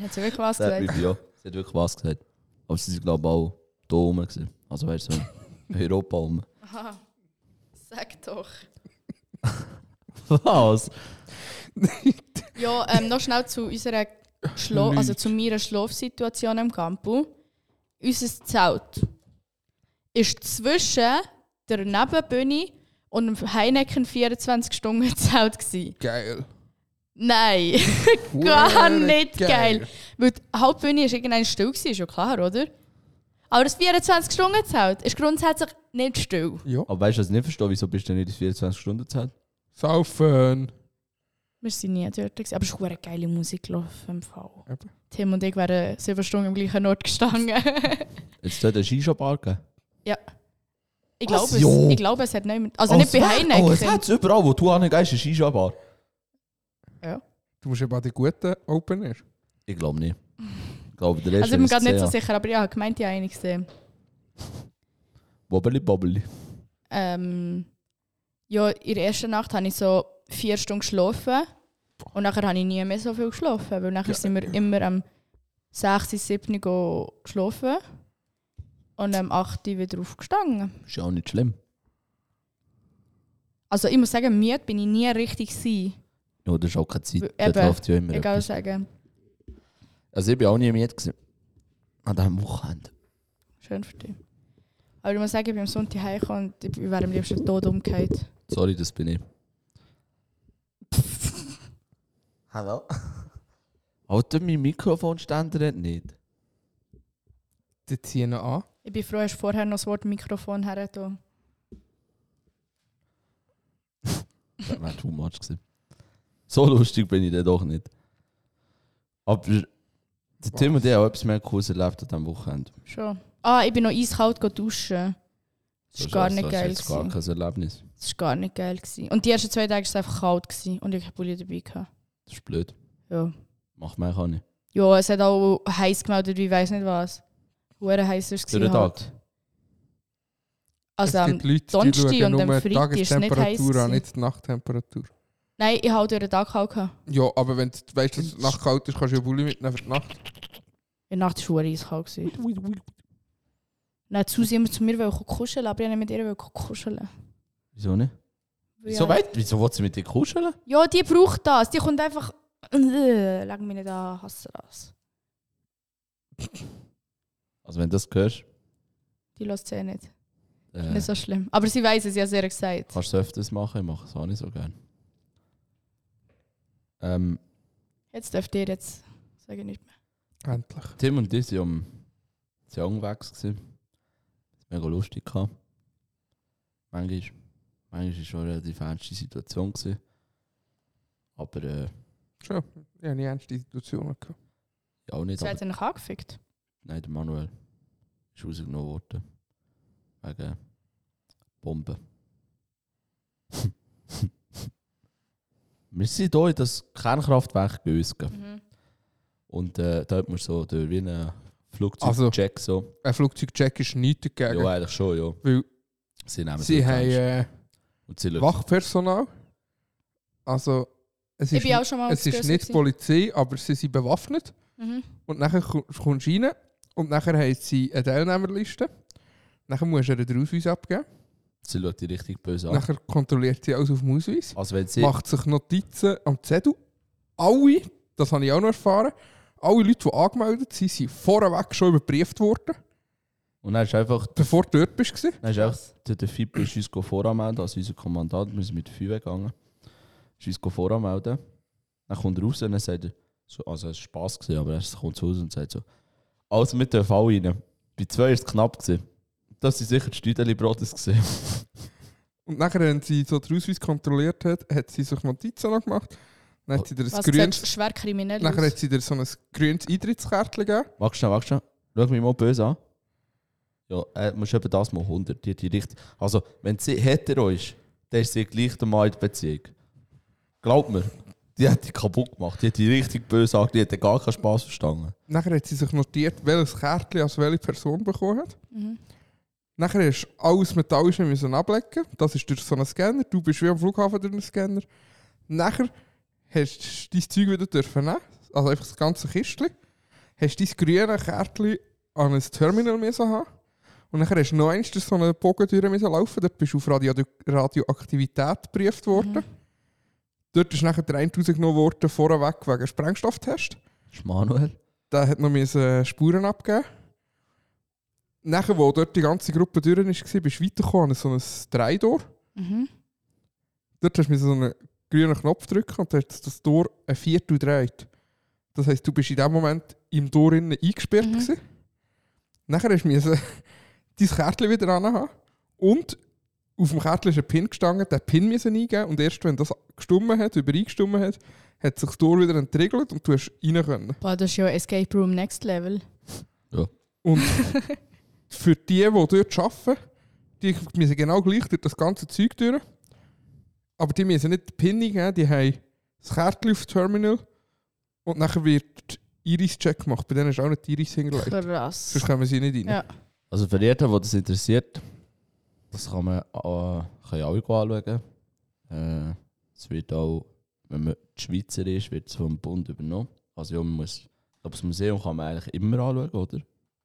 Speaker 1: Hat sie wirklich was
Speaker 2: Sie hat,
Speaker 1: gesagt?
Speaker 2: wirklich, ja, sie hat wirklich was gesagt. Aber sie sind, glaube ich, auch hier oben. Gewesen. Also, weißt du, so in Europa oben.
Speaker 1: Aha. Sag doch.
Speaker 2: Was?
Speaker 1: Ja, ähm, noch schnell zu unserer Schlo also zu meiner Schlafsituation im Campo. Unser Zelt ist zwischen der Nebenbühne und dem Heineken 24-Stunden-Zelt. gewesen.
Speaker 3: geil.
Speaker 1: Nein, gar nicht geil. Weil die Hauptbühne ist irgendein still, gewesen, ist ja klar, oder? Aber das 24-Stunden-Zelt ist grundsätzlich nicht still.
Speaker 3: Ja.
Speaker 2: Aber weißt du, was ich nicht verstehe, wieso bist du nicht in 24 Stunden Zeit?
Speaker 3: Saufen.
Speaker 1: Wir waren nie dort. Gewesen. Aber es ist verdammt geile Musik gelaufen im Fall.
Speaker 3: Eben.
Speaker 1: Tim und ich wären sieben Stunden am gleichen Ort gestanden.
Speaker 2: Jetzt dort einen Shisha-Bar gegeben.
Speaker 1: ich,
Speaker 2: Was,
Speaker 1: glaube, es,
Speaker 2: jo?
Speaker 1: ich glaube, es hat niemand. Also
Speaker 2: Oh,
Speaker 1: nicht
Speaker 2: es
Speaker 1: bei
Speaker 2: wär-
Speaker 1: Heinecken.
Speaker 2: Oh, es hat überall, wo du angehst, eine Shisha-Bar.
Speaker 3: Du musst eben an die guten Open Air.
Speaker 2: Ich glaube nicht. Ich glaube, der
Speaker 1: also ich bin mir gerade nicht so sicher, aber ja, ich meinte ja eigentlich gesehen.
Speaker 2: Bobbeli, bobbeli.
Speaker 1: ähm, ja, in der ersten Nacht habe ich so vier Stunden geschlafen. Und nachher habe ich nie mehr so viel geschlafen, weil nachher sind wir immer am 6, 7 Uhr geschlafen und am 8 Uhr wieder aufgestanden.
Speaker 2: Ist ja auch nicht schlimm.
Speaker 1: Also ich muss sagen, müde bin ich nie richtig gewesen,
Speaker 2: Ja, das ist auch keine Zeit.
Speaker 1: Eben.
Speaker 2: Dort läuft ja immer
Speaker 1: egal
Speaker 2: etwas.
Speaker 1: sagen.
Speaker 2: Also ich bin auch nie mit gewesen. An diesem Wochenende.
Speaker 1: Schön für dich. Aber ich muss sagen, ich bin am Sonntag heimgekommen und ich wäre am liebsten tot umgekehrt.
Speaker 2: Sorry, das bin ich. Hallo? Alter, mein Mikrofonständer hat nicht.
Speaker 3: Die ziehen ihn an.
Speaker 1: Ich bin froh, dass du vorher noch das Wort Mikrofon hergetan
Speaker 2: Das wäre too much gewesen. So lustig bin ich dann doch nicht. Aber der Tim und ich haben etwas mehr Cooles erlebt an diesem Wochenende.
Speaker 1: Schon. Ah, ich bin noch eiskalt go duschen. Das war gar nicht geil.
Speaker 2: Das ist gar
Speaker 1: gewesen.
Speaker 2: kein Erlebnis.
Speaker 1: Das war gar nicht geil. Gewesen. Und die ersten zwei Tage war es einfach kalt gewesen und ich hatte Pulli dabei. Gehabt.
Speaker 2: Das ist blöd.
Speaker 1: Ja.
Speaker 2: Macht man auch nicht.
Speaker 1: ja, es hat auch heiß gemeldet, wie ich weiß nicht was. Hure heiß war es.
Speaker 2: Durch den
Speaker 1: gewesen
Speaker 2: Tag.
Speaker 1: Halt. Also,
Speaker 3: es
Speaker 1: ähm,
Speaker 3: gibt Leute,
Speaker 1: Donnerstag
Speaker 3: die schauen
Speaker 1: und am
Speaker 3: nur die
Speaker 1: Freitag ist es nicht heiß
Speaker 3: Tagestemperatur an,
Speaker 1: gewesen.
Speaker 3: nicht die Nachttemperatur.
Speaker 1: nein, ich habe durch den Tag kalt. Gehabt.
Speaker 3: Ja, aber wenn du weißt, dass es Nacht kalt ist, kannst du ja Bulli mitnehmen für die Nacht.
Speaker 1: In der Nacht war es hure eiskalt. gewesen. Dann hat Susi immer zu mir wollte kuscheln, aber ich wollte nicht mit ihr kuscheln.
Speaker 2: Wieso nicht?
Speaker 1: Weil
Speaker 2: Wieso
Speaker 1: ja-
Speaker 2: weit? Wieso willst du mit dir kuscheln?
Speaker 1: Ja, die braucht das. Die kommt einfach. Äh, Leg mich nicht an, hasse das.
Speaker 2: Also wenn du das hörst,
Speaker 1: Die lässt es eh nicht.
Speaker 2: äh,
Speaker 1: Nicht so schlimm. Aber sie weiß es, ja sehr gesagt.
Speaker 2: kannst du öfters machen. Ich mache es auch nicht so gern. Ähm,
Speaker 1: Jetzt dürft ihr jetzt. Sage ich nicht mehr.
Speaker 3: Endlich.
Speaker 2: Tim und ich waren am sehr unterwegs. gewesen. Es war mega lustig. gehabt. Manchmal, manchmal war es schon eine relativ ernste Situation. Gewesen. Aber äh,
Speaker 3: Schon. Ich habe nie ernste Institutionen gehabt.
Speaker 2: ja, auch nicht.
Speaker 1: Sie
Speaker 2: Aber,
Speaker 1: hat sich angefickt.
Speaker 2: nein, der Manuel ist rausgenommen worden. Wegen Bomben. Wir sind hier in das Kernkraftwerk geösgen. Und äh, dort musst du so durch wie ein
Speaker 3: Also,
Speaker 2: Flugzeugcheck so.
Speaker 3: Ein Flugzeugcheck ist nichts dagegen.
Speaker 2: Ja, eigentlich schon, ja.
Speaker 3: weil
Speaker 2: Sie nehmen
Speaker 3: sie
Speaker 2: dort
Speaker 3: haben
Speaker 2: Menschen.
Speaker 3: äh,
Speaker 2: Und sie schauen-
Speaker 3: Wachpersonal. Also, es
Speaker 1: Ich
Speaker 3: ist,
Speaker 1: bin auch schon mal
Speaker 3: es ist
Speaker 1: ausgerüstet
Speaker 3: nicht
Speaker 1: Ah, gewesen.
Speaker 3: die Polizei, aber sie sind bewaffnet.
Speaker 1: Mhm.
Speaker 3: Und nachher ko- kommst du rein und nachher haben sie eine Teilnehmerliste. Nachher musst du ihr den Ausweis abgeben.
Speaker 2: Sie schaut die richtig böse an.
Speaker 3: Nachher kontrolliert sie alles auf dem Ausweis.
Speaker 2: Also wenn sie,
Speaker 3: macht sich Notizen am Zettel. Alle, das habe ich auch noch erfahren, alle Leute, die angemeldet sind, sind vorweg schon überprüft worden,
Speaker 2: und dann ist einfach,
Speaker 3: bevor du dort warst.
Speaker 2: dann ist einfach der, der FIP ist uns go voranmelden, also unser Kommandant, wir sind mit FIP gegangen, ist uns go voranmelden. Dann kommt er raus und dann sagt er, so, also es war Spass, gewesen, aber er kommt raus und sagt so, alles mit dem Fall rein. Bei zwei war es knapp. Gewesen. Das sind sicher die Stüdeli-Brotes gesehen.
Speaker 3: Und nachher, wenn sie so den Ausweis kontrolliert hat, hat sie sich Notizen noch gemacht. Dann hat sie dir ein
Speaker 1: Was
Speaker 3: grünes,
Speaker 1: sieht schwer kriminell
Speaker 3: nachher
Speaker 1: aus.
Speaker 3: hat sie dir so ein grünes Eintrittskärtchen gegeben.
Speaker 2: Wachst schnell, wachst schnell. Schau mich mal böse an. Ja, äh, musst eben das mal 100, die, die richtig. Also, wenn sie hetero ist, dann ist sie gleich der Mann in der Beziehung. Glaub mir, die hat die kaputt gemacht. Die hat die richtig böse angeschaut, die hat gar keinen Spaß verstanden.
Speaker 3: Nachher hat sie sich notiert, welches Kärtchen als welche Person bekommen hat.
Speaker 1: Mhm.
Speaker 3: Nachher hast du alles Metallische müssen ablecken. Das ist durch so einen Scanner. Du bist wie am Flughafen durch einen Scanner. Nachher hast du dein Zeug wieder dürfen nehmen. Also einfach das ganze Kistchen. Hast du dein grüne Kärtchen an ein Terminal müssen haben. Und nachher hast du noch eins durch so einen Bogen durch müssen laufen. Dort bist du auf Radio Radioaktivität geprüft worden.
Speaker 1: Mhm.
Speaker 3: Dort ist nachher der eine rausgenommen worden, vorweg wegen Sprengstofftest.
Speaker 2: Das ist Manuel.
Speaker 3: Der hat noch müssen Spuren abgeben. Nachher, wo dort die ganze Gruppe durch war, bist du weitergekommen an so ein Dreitor.
Speaker 1: Mhm.
Speaker 3: Dort hast du müssen so einen grünen Knopf drücken und dann hat das Tor ein Viertel gedreht. Das heisst, du bist in dem Moment im Tor innen eingesperrt.
Speaker 1: Mhm.
Speaker 3: gewesen. Nachher hast du müssen dein Kärtchen wieder anhaben und auf dem Kärtchen ist ein Pin gestanden, den Pin müssen eingeben und erst wenn das gestummen hat, übereingestimmt hat, hat sich das Tor wieder entriegelt und du hast rein können.
Speaker 1: Boah, das ist ja Escape Room Next Level.
Speaker 3: Und für die, die dort arbeiten, die müssen genau gleich durch das ganze Zeug durch. Aber die müssen nicht die Pinne geben, die haben das Kärtchen auf das Terminal und nachher wird Iris-Check gemacht. Bei denen ist auch nicht die Iris hingelegt.
Speaker 1: Krass.
Speaker 3: Sonst kommen sie nicht rein.
Speaker 1: Ja.
Speaker 2: Also für jeden, der das interessiert, das kann man äh, kann ich auch anschauen. Äh, Es wird auch, wenn man die Schweizer ist, wird es vom Bund übernommen. Also ja, man muss, ich glaube, das Museum kann man eigentlich immer anschauen, oder?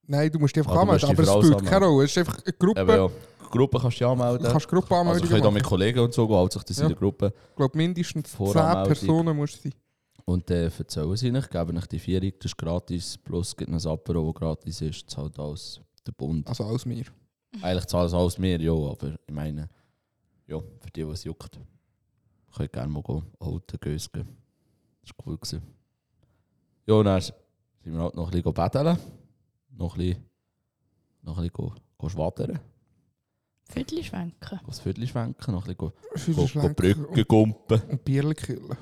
Speaker 3: Nein, du musst dich einfach
Speaker 2: Ah, du musst
Speaker 3: anmelden,
Speaker 2: dich
Speaker 3: aber es
Speaker 2: für
Speaker 3: spielt
Speaker 2: alles
Speaker 3: keine Rolle. Es ist einfach eine Gruppe.
Speaker 2: Aber ja, die Gruppe kannst du ja
Speaker 3: Du
Speaker 2: anmelden.
Speaker 3: kannst
Speaker 2: also
Speaker 3: Gruppe anmelden. genau.
Speaker 2: ich kann auch mit Kollegen und so gehen, halt sich das
Speaker 3: Ja.
Speaker 2: in der Gruppe.
Speaker 3: Ich glaube, mindestens 10
Speaker 2: Voranmeldung.
Speaker 3: Personen musst du sein.
Speaker 2: Und dann erzählen sie nicht, geben euch die Vierung, das ist gratis, plus gibt noch ein Apero, das gratis ist, zahlt alles der Bund.
Speaker 3: Also alles mehr.
Speaker 2: Eigentlich zahlen es alles mehr, ja, aber ich meine, ja, für die, was juckt, könnt gerne mal gehen. Alten Gös gehen. Das war cool. Gewesen. Ja, und dann sind wir halt noch ein bisschen betteln. Noch ein bisschen, noch ein bisschen gehen- gehen schwadern, gehen
Speaker 1: Viertel schwenken.
Speaker 2: das Viertel schwenken, noch ein bisschen
Speaker 3: Für
Speaker 2: gehen- gehen-
Speaker 3: den
Speaker 2: gehen
Speaker 3: Schlenker und,
Speaker 2: Brücken gumpen.
Speaker 3: und Bierle killen.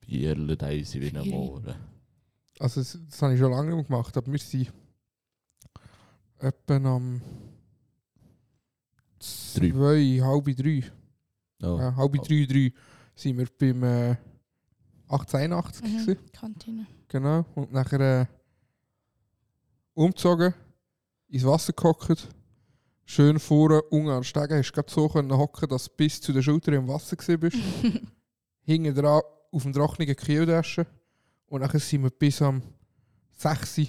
Speaker 2: Bierle, da sind wir
Speaker 1: Vieri.
Speaker 2: wieder
Speaker 3: Also das, das habe ich schon lange nicht mehr gemacht, aber wir sind etwa am
Speaker 2: Drei.
Speaker 3: zwei, halb drei.
Speaker 2: Ja,
Speaker 3: Ja, halb
Speaker 2: Oh.
Speaker 3: drei, drei sind wir beim äh, 1881 gewesen.
Speaker 1: Mhm. Kantine.
Speaker 3: Genau. Und nachher äh, umgezogen, ins Wasser gehockt, schön vorne, unten an den Stegen, hast gerade so können hocken, dass du bis zu den Schultern im Wasser gewesen bist. Hinten dran auf dem trockenen Kiel waschen. Und nachher sind wir bis am 6 Uhr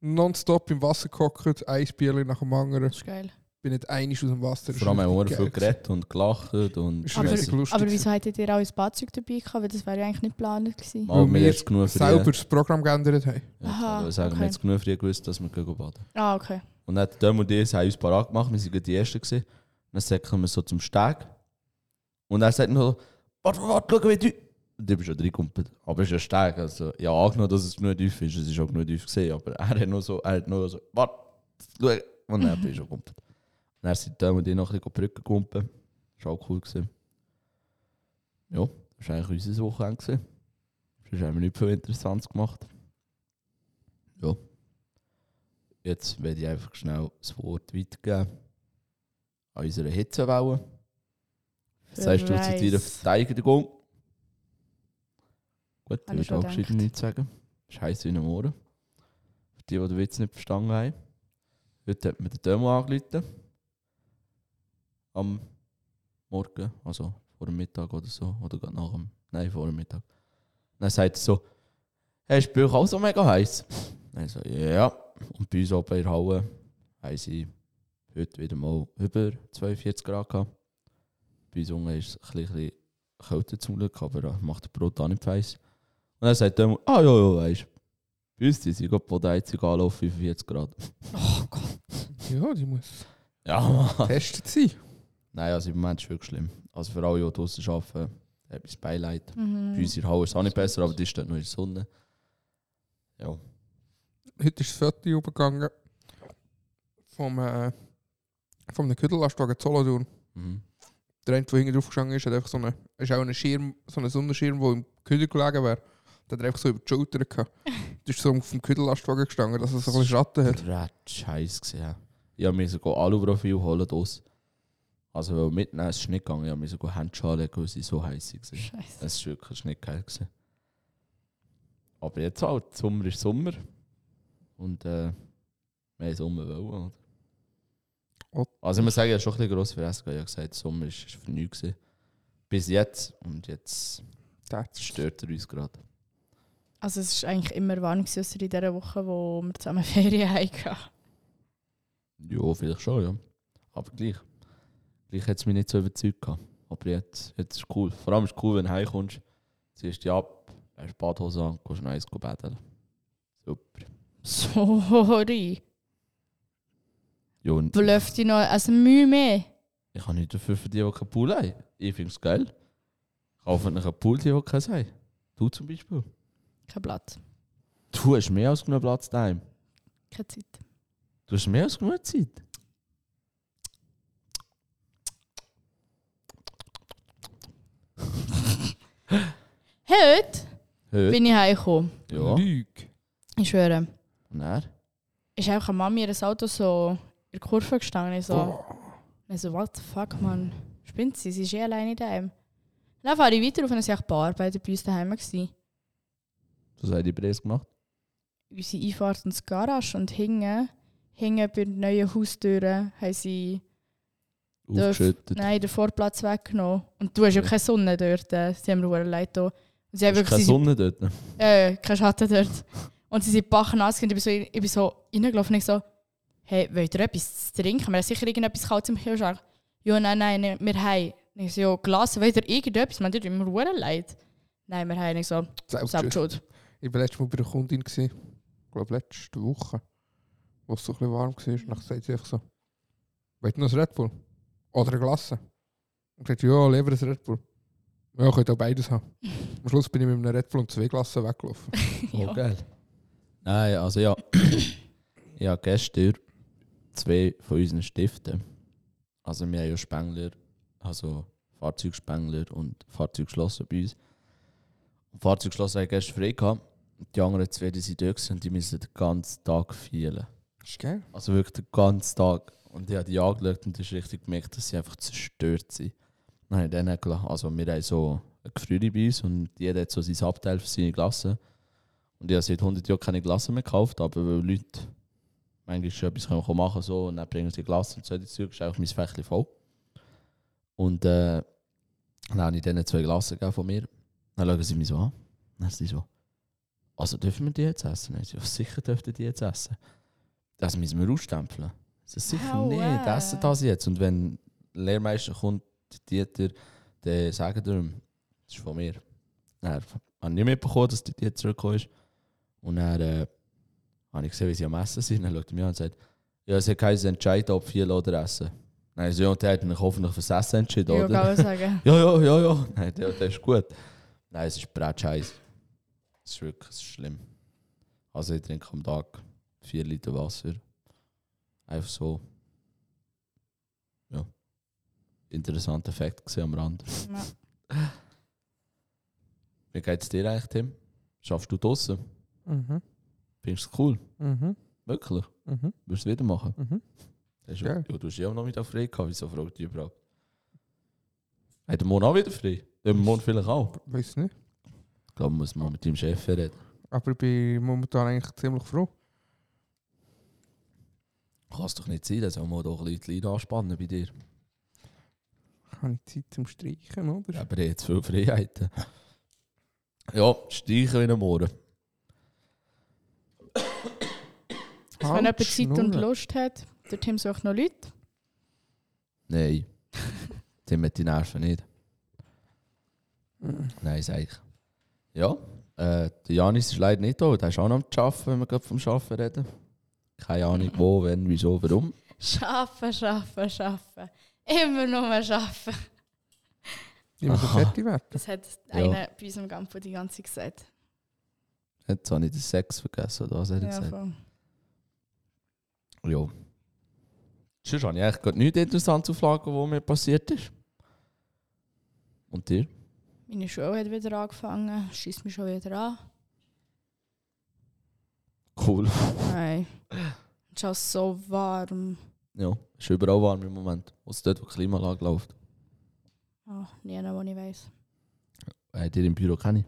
Speaker 3: nonstop im Wasser gehockt, ein Bierchen nach dem anderen.
Speaker 1: Das ist geil.
Speaker 3: Bin nicht einig aus dem Wasser.
Speaker 2: Vor allem haben wir
Speaker 3: Ist
Speaker 2: viel
Speaker 3: richtig geil.
Speaker 2: geredet und gelacht und
Speaker 3: Ist
Speaker 1: Aber-
Speaker 3: richtig lustig.
Speaker 1: Aber wieso hattet ihr auch ein Badzeug dabei gehabt? Weil das wäre ja eigentlich nicht geplant gewesen.
Speaker 2: mal
Speaker 3: Weil wir
Speaker 2: mehr jetzt genug für
Speaker 3: selber
Speaker 2: die.
Speaker 3: das Programm geändert haben.
Speaker 1: Aha,
Speaker 2: Ja, ich sagen, wir
Speaker 1: okay.
Speaker 2: haben jetzt genug für die gewusst, dass wir gehen baden.
Speaker 1: Ah, okay.
Speaker 2: Und dann Döm und ich haben uns parat gemacht, wir waren gerade die Ersten. Gewesen. Dann säckeln wir so zum Steg. Und er sagt noch, warte, warte, schau, wie tief. Und ich bin schon reingekumpelt. Aber es ist ein Steg. Also, ja, angenommen, dass es genug tief ist. Es ist auch genug tief gesehen. Aber er hat nur so, er hat nur so, warte, schau. Und dann bin ich schon gekumpelt. Und dann sind Döm und ich noch ein bisschen Brücken gekumpelt. Das war auch cool. Gewesen. Ja, das war eigentlich unser Wochenende. Gewesen. Sonst haben wir nicht viel Interessantes gemacht. Ja. Jetzt werde ich einfach schnell das Wort weitergeben an unsere Hitzewelle. Das heißt, du zu deiner
Speaker 1: Verreis.
Speaker 2: Verteidigung. Gut,
Speaker 1: Hab
Speaker 2: ich
Speaker 1: ich
Speaker 2: würde
Speaker 1: schon
Speaker 2: auch gescheit
Speaker 1: gedacht.
Speaker 2: nichts sagen. Ist heiß wie ein Ohren. Für die, die den Witz nicht verstanden haben. Heute hat mir den Demo angerufen. Am Morgen, also vor dem Mittag oder so. Oder gerade nach dem. Nein, vor dem Mittag. Dann sagt er so: Hey, ist bei euch auch so mega heiß? Dann so: Ja. Und bei uns oben in der Halle haben sie heute wieder mal über 42 Grad gehabt. Bei uns unten ist es ein bisschen kälter zum Glück, aber er macht das Brot auch nicht heiß. Und dann sagt er: Ah, ja, ja, weißt du. Bei uns die sind gerade von der Heizung anlaufen, 45 Grad.
Speaker 1: Oh Gott.
Speaker 3: Ja, die muss
Speaker 2: Ja, Mann.
Speaker 3: getestet sein.
Speaker 2: Nein, also im Moment ist es wirklich schlimm. Also für alle, die draußen arbeiten, etwas Beileid. Bei
Speaker 1: Mhm.
Speaker 2: uns in der Halle ist es auch nicht besser, aber die steht noch in der Sonne. Ja.
Speaker 3: Heute ist das Viertel übergegangen vom, äh, vom einem Kühllastwagen Solothurn.
Speaker 2: Mhm.
Speaker 3: Der eine, der hinten draufgestanden ist, hat einfach so einen, ist auch ein Schirm, so einen Sonnenschirm, der im Küdel gelegen wäre. Der hat er einfach so über die Schulter gehabt. Das ist so auf dem Küdellastwagen gestanden, dass er so ein bisschen Schatten hat.
Speaker 2: Recht scheiße gesehen. Ich habe mir sogar Aluprofil holen aus. Also weil mitnehmen ist es nicht gegangen. Ich habe mir sogar Handschuhe anlegen, weil sie so heiß waren.
Speaker 1: Scheiße.
Speaker 2: Es ist wirklich nicht geil. Gewesen. Aber jetzt halt, Sommer ist Sommer. Und äh, mehr Sommer wollen. Oder?
Speaker 3: Oh.
Speaker 2: Also ich muss sagen, ich habe schon ein bisschen gross vergessen. Ich habe gesagt, Sommer ist, ist für nichts. gewesen. Bis jetzt. Und jetzt
Speaker 3: Das ist
Speaker 2: stört er uns gerade.
Speaker 1: Also es war eigentlich immer warm, gewesen, ausser in dieser Woche, wo wir zusammen Ferien hatten.
Speaker 2: Ja, vielleicht schon, ja. Aber gleich. Gleich hat es mich nicht so überzeugt. gehabt. Aber jetzt, jetzt ist es cool. Vor allem ist es cool, wenn du heimkommst, ziehst dich ab, hast Badhose an, gehst noch eins baden. Super.
Speaker 1: Sorry.
Speaker 2: Ja, und
Speaker 1: Bluff dich noch ein Mühe mehr.
Speaker 2: Ich habe nichts dafür für die, die keinen Pool haben. Ich finde es geil. Kaufen einen Pool, die die keinen haben. Du zum Beispiel.
Speaker 1: Kein Blatt.
Speaker 2: Du hast mehr als genug Platz daheim.
Speaker 1: Keine Zeit.
Speaker 2: Du hast mehr als genug Zeit. Heute?
Speaker 1: Bin ich heimgekommen.
Speaker 2: Ja.
Speaker 3: Lüg.
Speaker 1: Ich schwöre.
Speaker 2: Und er?
Speaker 1: Ist einfach eine Mami ihr Auto so in der Kurve gestanden. Ich so,
Speaker 3: Boah.
Speaker 1: ich so what the fuck, Mann. Spinnt sie, sie ist eh alleine daheim. Dann fahre ich weiter auf und dann sind eigentlich ein paar Arbeiter bei uns daheim. Gewesen.
Speaker 2: Das hat die Bres gemacht.
Speaker 1: unsere Einfahrt ins Garage und hingen, hingen bei den neuen Haustüren, haben sie den-
Speaker 2: Aufgeschüttet.
Speaker 1: nein, den Vorplatz weggenommen. Und du hast ja
Speaker 2: Ja.
Speaker 1: keine Sonne dort, äh, sie haben mir leid da. Und sie haben
Speaker 2: Ist
Speaker 1: wirklich,
Speaker 2: keine
Speaker 1: sie sind,
Speaker 2: Sonne dort. ne?
Speaker 1: äh, kein Schatten dort. Und sie sind bachnass und ich bin so, ich bin so reingelaufen und ich so, hey, wollt ihr etwas zu trinken? Wir haben sicher irgendetwas kalt im Kühlschrank. Ja, nein, nein, nein, wir haben. Und Ich so, ja, Glas, wollt ihr irgendetwas? Man tut mir verdammt leid. Nein, wir haben. Und Ich so,
Speaker 3: Selbst
Speaker 1: selbst
Speaker 3: schon.
Speaker 1: schuld.
Speaker 3: Ich war letztes Mal bei einer Kundin. Gewesen. Ich glaube, letzte Woche. Wo es so ein bisschen warm war. Und dann sagt sie einfach so: Wollt ihr noch ein Red Bull? Oder eine Glasse? Und ich sagte: Ja, lieber ein Red Bull. Ja, ich könnte auch beides haben. Am Schluss bin ich mit einem Red Bull und zwei Glassen weggelaufen.
Speaker 1: Ja.
Speaker 2: geil. Nein, also ja. ich habe gestern zwei von unseren Stiften. Also wir haben ja Spengler, also Fahrzeugspengler und Fahrzeugschlosser bei uns. Und Fahrzeugschlosser haben gestern frei gehabt. Und Die anderen zwei, die sind dort gewesen und die müssen den ganzen Tag fehlen.
Speaker 3: Ist geil.
Speaker 2: Also wirklich den ganzen Tag. Und ich habe die angeschaut und ist richtig gemerkt, dass sie einfach zerstört sind. Dann habe ich denen gelassen. Also wir haben so eine Gefrühe bei uns und jeder hat so sein Abteil für seine Klasse. Und ich habe seit 100 Jahren keine Klasse mehr gekauft, aber weil Leute manchmal schon etwas können machen so, und dann bringen sie Klasse und so dazu, ist auch mein Fächchen voll. Und äh, dann habe ich denen zwei Glassen gegeben von mir. Dann schauen sie mich so an. Dann sind sie so, also dürfen wir die jetzt essen? Dann habe ich so, ja, sicher dürfen die jetzt essen. Das müssen wir ausstempeln. Das ist sicher
Speaker 1: Aua.
Speaker 2: nicht, essen das jetzt. Und wenn der Lehrmeister kommt, Dieter, dann sagen die ihm, das ist von mir. Dann habe ich nicht mitbekommen, dass die Dieter zurückgekommen ist. Und dann äh, habe ich gesehen, wie sie am Essen sind. Dann schaut er mich an und sagt, ja, es hat keinen entscheiden, ob viel oder essen. Nein, so, ja, und der hat mich hoffentlich fürs Essen entschieden,
Speaker 1: Ja,
Speaker 2: oder?
Speaker 1: kann man sagen.
Speaker 2: Ja, ja, ja, ja. Nein, der, der ist gut. Nein, es ist Bratscheiß. Es ist wirklich es ist schlimm. Also ich trinke am Tag 4 Liter Wasser. Einfach so. Ja. Interessanter Fakt gesehen am Rand.
Speaker 1: Ja.
Speaker 2: Wie geht es dir eigentlich, Tim? Schaffst du draußen?
Speaker 3: Mhm.
Speaker 2: Findest du es cool?
Speaker 3: Mhm.
Speaker 2: Wirklich?
Speaker 3: Mhm.
Speaker 2: Würdest du es wieder machen?
Speaker 3: Mhm.
Speaker 2: Hast du, ja.
Speaker 3: Ja.
Speaker 2: du hast ja auch noch mit frei gehabt. Wieso fragt dich überhaupt? Hat der Mond auch wieder frei? Der Mond vielleicht auch.
Speaker 3: Weiß nicht.
Speaker 2: Ich glaube, muss man mit deinem Chef reden.
Speaker 3: Aber ich bin momentan eigentlich ziemlich froh.
Speaker 2: Kann es doch nicht sein, dass man doch ein bisschen die Leine anspannen bei dir.
Speaker 3: Habe ich Zeit zum Streichen, oder?
Speaker 2: Aber er hat jetzt viele Freiheiten. Ja, streichen wie ein Mohren.
Speaker 1: Wenn jemand
Speaker 3: Halt,
Speaker 1: Zeit und
Speaker 3: Schnurren.
Speaker 1: Lust hat, der Tim sucht noch Leute.
Speaker 2: Nein. Tim hat die Nerven nicht.
Speaker 3: Mhm.
Speaker 2: Nein, sag ich. Ja, äh, der Janis ist leider nicht da. Der ist auch noch am Arbeiten, wenn wir gerade vom Arbeiten reden. Keine Ahnung wo, wenn, wieso, warum.
Speaker 1: Schaffen, schaffen, schaffen. Immer nur schaffen.
Speaker 3: Ich muss
Speaker 2: Aha.
Speaker 3: fertig werden.
Speaker 1: Das hat einer bei uns am Gampo die ganze Zeit gesagt.
Speaker 2: Jetzt habe ich den Sex vergessen, oder was hat er
Speaker 1: Ja,
Speaker 2: gesagt?
Speaker 1: voll.
Speaker 2: Ja. Sonst habe ich eigentlich gerade nichts Interessantes auf Lager, was mir passiert ist. Und dir?
Speaker 1: Meine Schule hat wieder angefangen, schießt mich schon wieder an.
Speaker 2: Cool.
Speaker 1: Nein. Es ist auch so warm.
Speaker 2: Ja, ist überall warm im Moment. Aus dort, wo die Klimaanlage läuft.
Speaker 1: Oh, nie einer, den ich weiss.
Speaker 2: Habt ihr Äh, im Büro keine?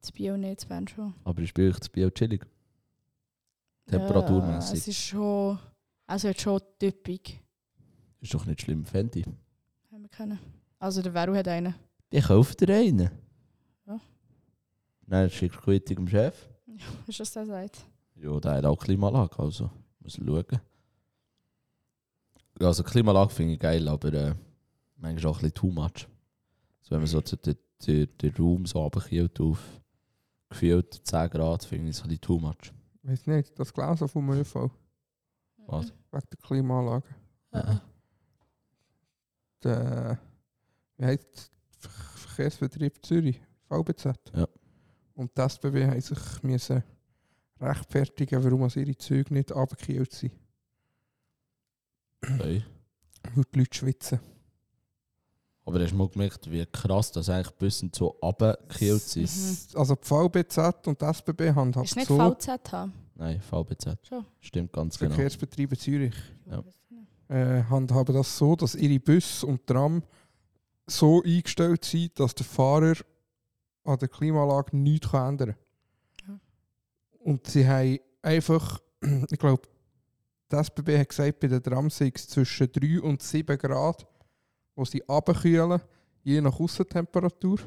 Speaker 1: Das Bio nicht, das Bern schon.
Speaker 2: Aber ich spiele das Bio chillig.
Speaker 1: Ja, es
Speaker 2: Temperaturmäßig.
Speaker 1: ist schon. Also, jetzt schon typisch.
Speaker 2: ist doch nicht schlimm, Fendi.
Speaker 1: Haben wir können. Also, der Veru hat einen.
Speaker 2: Ich kaufe dir einen.
Speaker 1: Ja.
Speaker 2: Dann schickst du Quittung dem Chef.
Speaker 1: Ist das der sagt?
Speaker 2: Ja, der hat auch Klimaanlage, also muss schauen. Also Klimaanlage finde ich geil, aber äh, manchmal auch ein bisschen too much. Also wenn man so zu- den, den, den Raum so runterkühlt auf gefühlt 10 Grad, finde ich es ein bisschen too much.
Speaker 3: Weiß nicht, das Glas auf dem ÖV,
Speaker 2: Was?
Speaker 3: wegen der Klimaanlage.
Speaker 2: Äh,
Speaker 3: Der, wie heißt der Ver- Verkehrsbetrieb Zürich? VBZ.
Speaker 2: Ja.
Speaker 3: Und die SBB haben sich müssen rechtfertigen, warum als ihre Züge nicht abgekühlt sind.
Speaker 2: okay.
Speaker 3: Weil die Leute schwitzen.
Speaker 2: Aber hast du mal gemerkt, wie krass das eigentlich bis und so runtergekillt sind?
Speaker 3: Also die VBZ und die SBB handhabt
Speaker 1: Mhm. Ist nicht
Speaker 3: halt so
Speaker 1: VZH?
Speaker 2: Nein, VBZ.
Speaker 1: Schon.
Speaker 2: Stimmt ganz genau.
Speaker 3: Verkehrsbetriebe Zürich.
Speaker 2: Ja.
Speaker 3: äh, handhaben das so, dass ihre Busse und Tram so eingestellt sind, dass der Fahrer an der Klimaanlage nichts kann ändern kann.
Speaker 1: Ja.
Speaker 3: Und sie haben einfach, ich glaube, die SBB hat gesagt, bei den Trams sei es zwischen 3 und 7 Grad, wo sie abkühlen, je nach Aussentemperatur.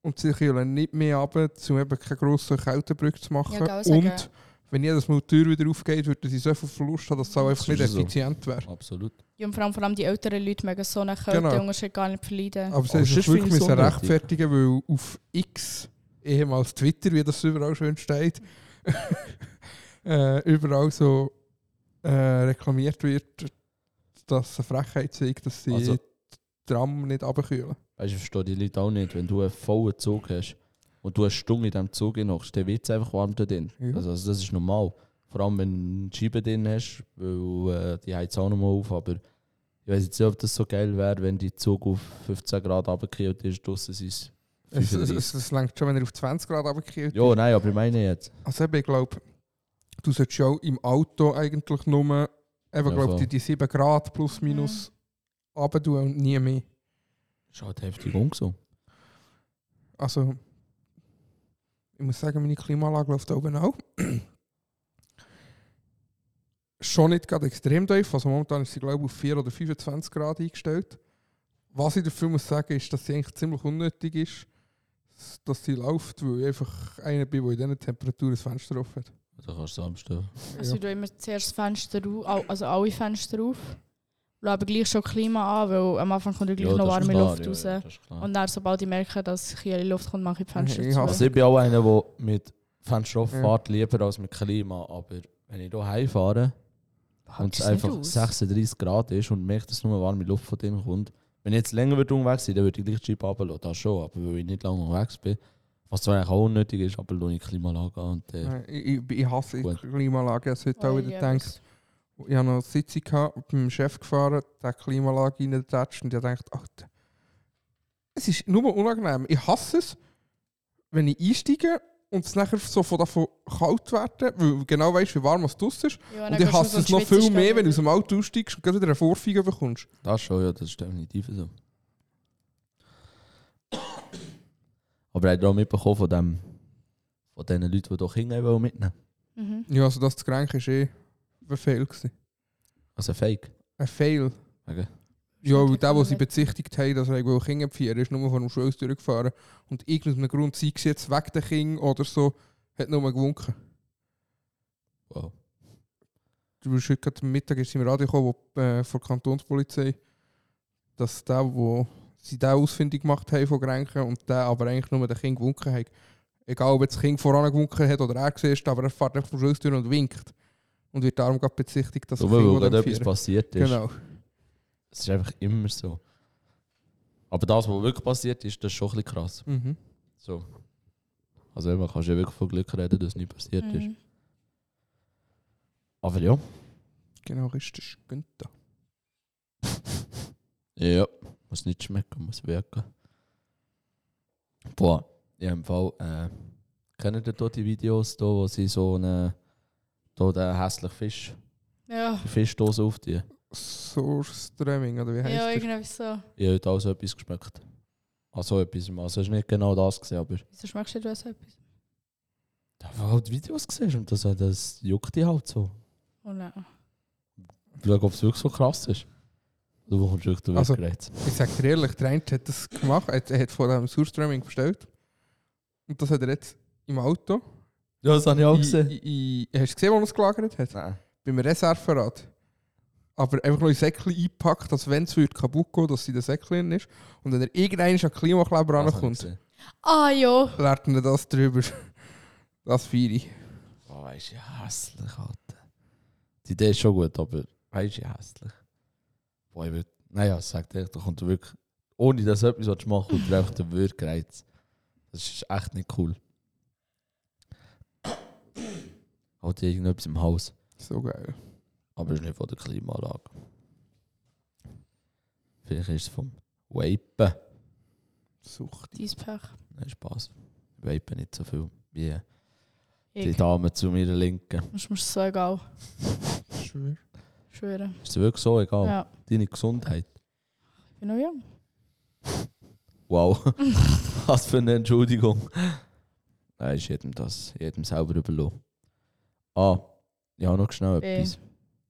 Speaker 3: Und sie kühlen nicht mehr ab, um eben keine grossen Kältebrücke zu machen.
Speaker 1: Ja, gell, sagen-
Speaker 3: und wenn jedes Mal die Tür wieder aufgeht, würden sie so viel Verlust haben, dass es auch einfach
Speaker 2: Das
Speaker 3: nicht
Speaker 2: ist so.
Speaker 3: effizient wäre.
Speaker 2: genau. Absolut.
Speaker 1: Ja, und vor allem, vor allem die älteren Leute mögen so einen kalten
Speaker 3: Genau.
Speaker 1: Unterschied gar nicht verleiden.
Speaker 3: Aber sie
Speaker 2: Aber
Speaker 3: haben
Speaker 2: sonst
Speaker 3: sich
Speaker 2: finde
Speaker 3: wirklich
Speaker 2: ich es
Speaker 3: müssen
Speaker 2: unnötig.
Speaker 3: rechtfertigen, weil auf X, ehemals Twitter, wie das überall schön steht, äh, überall so äh, reklamiert wird, dass es eine Frechheit sei, dass sie
Speaker 2: Also-
Speaker 3: die Tram nicht abkühlen.
Speaker 2: Weißt du, ich verstehe die Leute auch nicht. Wenn du einen vollen Zug hast und du eine Stunde in diesem Zug hinhockst, dann wird es einfach warm da drin.
Speaker 3: Ja.
Speaker 2: Also, also das ist normal. Vor allem, wenn du Scheiben drin hast, weil äh, die heizen auch nochmal auf. Aber ich weiß jetzt nicht, ob das so geil wäre, wenn der Zug auf 15 Grad abgekühlt ist, draussen sind es
Speaker 3: Es, es,
Speaker 2: 35.
Speaker 3: es, es längt schon, wenn er auf 20 Grad abkühlt.
Speaker 2: Ja, nein, aber ich meine jetzt.
Speaker 3: Also eben, ich glaube, du solltest ja auch im Auto eigentlich nur eben,
Speaker 2: Ja,
Speaker 3: glaub,
Speaker 2: voll.
Speaker 3: die, die 7 Grad plus minus runter tun und nie mehr.
Speaker 2: Ist halt heftig ungesund.
Speaker 3: Also, ich muss sagen, meine Klimaanlage läuft da oben auch. Schon nicht gerade extrem tief. Also momentan ist sie, glaube ich, auf 4 oder 25 Grad eingestellt. Was ich dafür muss sagen, ist, dass sie eigentlich ziemlich unnötig ist, s- dass sie läuft, weil ich einfach einer bin, der in diesen Temperaturen das Fenster offen hat.
Speaker 2: Also kannst du es abstellen.
Speaker 1: Also
Speaker 3: Ja.
Speaker 1: ich tue immer zuerst das Fenster au- au- also alle Fenster auf. Lasse aber gleich schon Klima an, weil am Anfang kommt ja gleich
Speaker 2: Ja,
Speaker 1: noch
Speaker 2: das ist
Speaker 1: warme
Speaker 2: klar,
Speaker 1: Luft
Speaker 2: ja,
Speaker 1: raus.
Speaker 2: ja, das ist klar.
Speaker 1: Und dann, sobald ich merke, dass kühle Luft kommt, mache ich die Fenster
Speaker 3: Ich
Speaker 1: zu.
Speaker 3: hasse
Speaker 2: Also ich bin auch einer, der mit Fenster offen
Speaker 3: Ja.
Speaker 2: fährt,
Speaker 1: Mhm.
Speaker 2: lieber als mit Klima. Aber wenn ich hier heimfahre und
Speaker 1: Packst
Speaker 2: es
Speaker 1: du nicht
Speaker 2: einfach
Speaker 1: aus?
Speaker 2: 36 Grad ist und merke, dass nur warme Luft von denen kommt, wenn ich jetzt länger würde unterwegs sein, dann würde ich gleich die Jeep runterlassen, das schon. Aber weil ich nicht lange unterwegs bin, was zwar eigentlich auch unnötig ist, aber lasse ich die Klimaanlage an. Und, äh,
Speaker 1: Mhm.
Speaker 3: Nein, Ich, ich, ich hasse
Speaker 2: Gut.
Speaker 3: Klimaanlagen. Also heute auch
Speaker 1: Oi,
Speaker 3: wieder
Speaker 1: ja,
Speaker 3: gedacht, Ich habe noch eine Sitzung gehabt, mit meinem Chef gefahren, der Klimaanlage reingetatscht und ich dachte, ach, d- es ist nur unangenehm. Ich hasse es, wenn ich einsteige und es nachher so von davon kalt werden, weil du genau weißt, wie warm es draussen ist.
Speaker 1: Ja, dann
Speaker 3: Und ich
Speaker 1: gehst du
Speaker 3: hasse
Speaker 1: raus
Speaker 3: es
Speaker 1: und
Speaker 3: noch viel
Speaker 1: schwitzt
Speaker 3: mehr, wenn du aus
Speaker 1: dann
Speaker 3: dem Auto aussteigst und gerade wieder eine Vorfeige bekommst.
Speaker 2: Das schon, ja, das ist definitiv so. Aber habt ihr auch mitbekommen von, dem, von den Leuten, die doch Kinder wollen mitnehmen
Speaker 1: wieder. Mhm.
Speaker 3: Ja, also das zu kränken ist eh ein Fail. Gewesen.
Speaker 2: Also Fake.
Speaker 3: Ein Fail.
Speaker 2: Okay.
Speaker 3: Ja, weil
Speaker 1: Stimmt,
Speaker 3: der, den sie
Speaker 1: nicht.
Speaker 3: bezichtigt haben, dass er wohl Kinder feiern, ist nur vor dem Schulhaus durchgefahren. Und irgendeinem Grund, sei es jetzt weg der Kinder oder so, hat nur gewunken.
Speaker 2: Wow.
Speaker 3: du bist heute gerade am Mittag ist im Radio gekommen, wo, äh, von der Kantonspolizei, dass der, wo sie den ausfindig gemacht haben von Grenken und der aber eigentlich nur den Kind gewunken hat. Egal, ob jetzt das Kind voran gewunken hat oder er gesehen ist, aber er fährt einfach vom Schulstür und winkt. Und wird darum gerade bezichtigt, dass
Speaker 2: So,
Speaker 3: er
Speaker 2: weil
Speaker 3: Kinder
Speaker 2: gerade
Speaker 3: am
Speaker 2: etwas
Speaker 3: Feiern-
Speaker 2: passiert ist.
Speaker 3: Genau.
Speaker 2: Es ist einfach immer so. Aber das, was wirklich passiert ist, das ist schon ein bisschen krass.
Speaker 3: Mhm.
Speaker 2: So. Also man kann ja wirklich von Glück reden, dass nichts passiert ist.
Speaker 1: Mhm.
Speaker 2: Aber ja.
Speaker 3: Genau, richtig. Günther.
Speaker 2: Ja. Muss nicht schmecken, muss wirken. Boah, ich habe im Fall, äh, kennt ihr da die Videos, da, wo sie so einen, da den hässlichen Fisch,
Speaker 1: Ja,
Speaker 2: die Fischdose aufziehen?
Speaker 3: Source Streaming, oder wie heißt
Speaker 1: ja
Speaker 3: das?
Speaker 1: irgendwie so.
Speaker 2: Ich habe heute auch so etwas geschmeckt. Also etwas, also es ist nicht genau das gesehen, aber...
Speaker 1: Wieso schmeckst du so etwas?
Speaker 2: Da war halt Videos gesehen und das, das juckt dich halt so.
Speaker 1: Oh nein.
Speaker 2: Schau, ob es wirklich so krass ist. Du bekommst wirklich den
Speaker 3: Also-
Speaker 2: also, gereizt.
Speaker 3: Ich sag dir ehrlich, der eine hat das gemacht, er hat- er hat von dem Source Streaming bestellt. Und das hat er jetzt im Auto.
Speaker 2: Ja, das habe ich auch
Speaker 3: Ich-
Speaker 2: gesehen.
Speaker 3: ich- ich- Hast du gesehen, wo er es gelagert hat?
Speaker 2: Nein.
Speaker 3: beim Reserverat. Aber einfach noch in Säckchen eingepackt, dass wenn es wird kaputt geht, dass sie in den Säckchen drin ist. Und wenn er irgendeinen an Klimakleber
Speaker 2: Das habe ich
Speaker 3: rankommt,
Speaker 2: gesehen.
Speaker 1: Ah ja.
Speaker 3: lernt er das drüber. Das feiere ich.
Speaker 2: Boah, weißt du, wie hässlich, Alter. Die Idee ist schon gut, aber weißt du, wie hässlich. Boah, ich würde. Naja, ich sag dir, da kommt wirklich. Ohne dass du etwas willst machen willst, kommt dir einfach der Würgereiz. Das ist echt nicht cool. Hat irgendetwas im Haus.
Speaker 3: So geil.
Speaker 2: Aber es ist nicht von der Klimaanlage. Vielleicht ist es vom Vapen.
Speaker 3: Sucht.
Speaker 1: Dein Pech.
Speaker 2: Nein, Spass. Vapen nicht so viel wie die
Speaker 1: Ich.
Speaker 2: Dame zu meiner Linken.
Speaker 1: Das ist mir so egal.
Speaker 3: Schwör. Oh.
Speaker 1: Schwören.
Speaker 2: Ist dir wirklich so egal?
Speaker 1: Ja,
Speaker 2: Deine Gesundheit.
Speaker 1: ich bin noch jung.
Speaker 2: Wow. Was für eine Entschuldigung. Nein, ist jedem das, jedem selber überlassen. Ah, ich habe noch schnell
Speaker 1: B.
Speaker 2: etwas.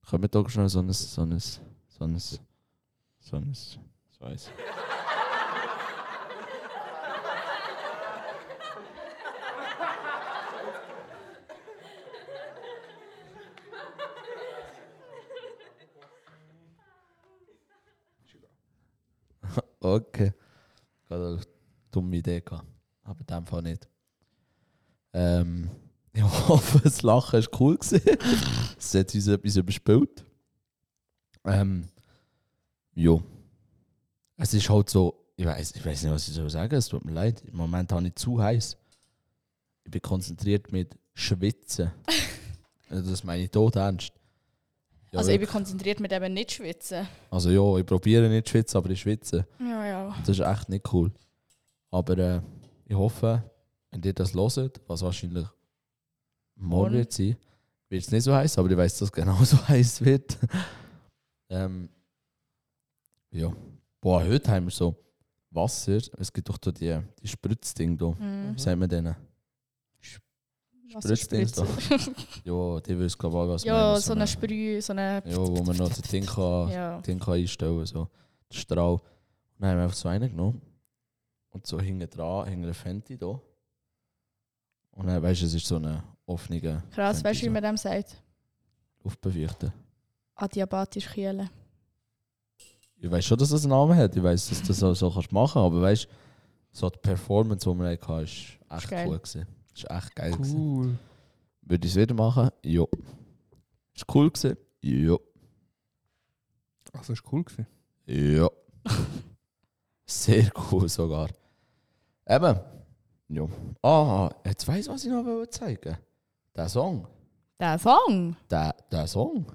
Speaker 2: Können wir doch schnell so ein, so ein, so ein, so ein, so eins. Okay. Gerade eine dumme Idee gehabt. Aber in dem Fall nicht. Ähm, ich hoffe, das Lachen war cool. gewesen. Es hat uns etwas überspielt. Ähm, jo. Es ist halt so, ich weiß ich weiß nicht, was ich soll sagen Es tut mir leid. Im Moment habe ich zu heiß. Ich bin konzentriert mit Schwitzen. Also das meine ich tot ernst. Ja,
Speaker 1: also ich bin
Speaker 2: wirklich.
Speaker 1: konzentriert mit eben nicht schwitzen.
Speaker 2: also ja, ich probiere nicht zu schwitzen, aber ich schwitze.
Speaker 1: Ja, ja.
Speaker 2: Das ist echt nicht cool. Aber äh, ich hoffe, wenn ihr das hört, was wahrscheinlich morgen
Speaker 1: Morgen.
Speaker 2: wird sein, wird es nicht so heiß, aber ich weiß, dass es genauso heiß wird. ähm, ja. Boah, heute haben wir so Wasser. Es gibt doch da die, die Spritzding da.
Speaker 1: Mhm.
Speaker 2: Wie sagt man denen?
Speaker 1: Was
Speaker 2: Spritzdings
Speaker 1: für Spritze?
Speaker 2: Ja, die wissen glaube ich, was
Speaker 1: ja,
Speaker 2: meinen.
Speaker 1: so eine Sprüh, so eine...
Speaker 2: Ja, wo man noch das Ding kann.
Speaker 1: Ja.
Speaker 2: den kann ich einstellen, so den Strahl. Und dann haben wir einfach so einen genommen und so hinten dran, hinter der Fenty da. Und dann, weißt du, es ist so eine offene
Speaker 1: Krass, weißt du, wie
Speaker 2: so
Speaker 1: man dem sagt?
Speaker 2: Luftbefeuchten.
Speaker 1: Adiabatisch kühlen.
Speaker 2: Ich weiß schon, dass das einen Namen hat, ich weiß, dass du das auch so kannst machen aber weißt du, so die Performance, die wir hatten, war echt
Speaker 1: Ist geil.
Speaker 2: cool. Gewesen. Ist echt geil. Gewesen.
Speaker 3: Cool.
Speaker 2: Würde ich es wieder machen? Jo. Ist cool gewesen? Jo.
Speaker 3: Also ist cool gewesen.
Speaker 2: Ja. Sehr cool sogar. Eben. Ja. Ah, jetzt weiss was ich noch wollte zeigen Der Song.
Speaker 1: Der Song!
Speaker 2: Der, der Song.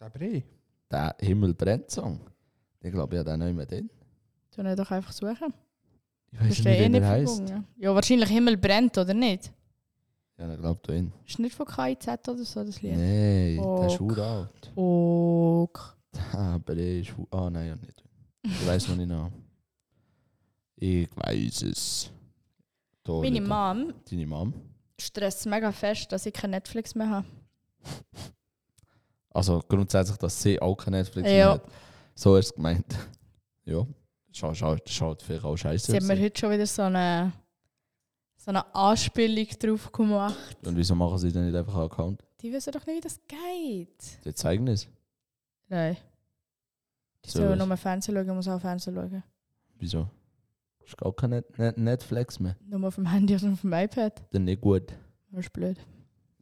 Speaker 3: Der Brei.
Speaker 2: Der Himmel brennt Song. Ich glaube, ich habe den noch immer drin.
Speaker 1: Du ihn doch einfach suchen.
Speaker 2: Ich
Speaker 1: Du
Speaker 2: weiß
Speaker 1: hast
Speaker 2: nicht,
Speaker 1: den eh
Speaker 2: wie
Speaker 1: nicht
Speaker 2: der heisst.
Speaker 1: verbunden. Ja, wahrscheinlich Himmel brennt, oder nicht?
Speaker 2: Ja, dann glaub du ihn.
Speaker 1: Ist nicht von KIZ oder so, das Lied?
Speaker 2: Nein, der ist
Speaker 1: Oh.
Speaker 2: uralt.
Speaker 1: Oh, k-
Speaker 2: Aber der ist. ur- Ah, nein, ja nicht. Ich weiß noch nicht nach. Ich weiß es. Da,
Speaker 1: Meine
Speaker 2: da.
Speaker 1: Mom
Speaker 2: Deine Mom.
Speaker 1: stresst mega fest, dass ich kein Netflix mehr habe.
Speaker 2: Also grundsätzlich, dass sie auch kein Netflix mehr
Speaker 1: Ja,
Speaker 2: hat. So ist es gemeint. Ja, halt- schaut schau, schau, vielleicht auch scheiße
Speaker 1: sie hat mir
Speaker 2: aus.
Speaker 1: heute schon wieder so eine, so eine Anspielung drauf gemacht.
Speaker 2: Und wieso machen sie denn nicht einfach einen Account?
Speaker 1: Die wissen doch nicht, wie das geht.
Speaker 2: Sie zeigen es.
Speaker 1: Nein. Die
Speaker 2: So
Speaker 1: sollen
Speaker 2: was.
Speaker 1: nur Fernsehen schauen, ich muss auch Fernsehen schauen.
Speaker 2: Wieso? Ist gar kein Net Net Netflix mehr.
Speaker 1: Nur auf dem Handy oder auf dem iPad.
Speaker 2: Dann nicht gut.
Speaker 1: Das ist blöd.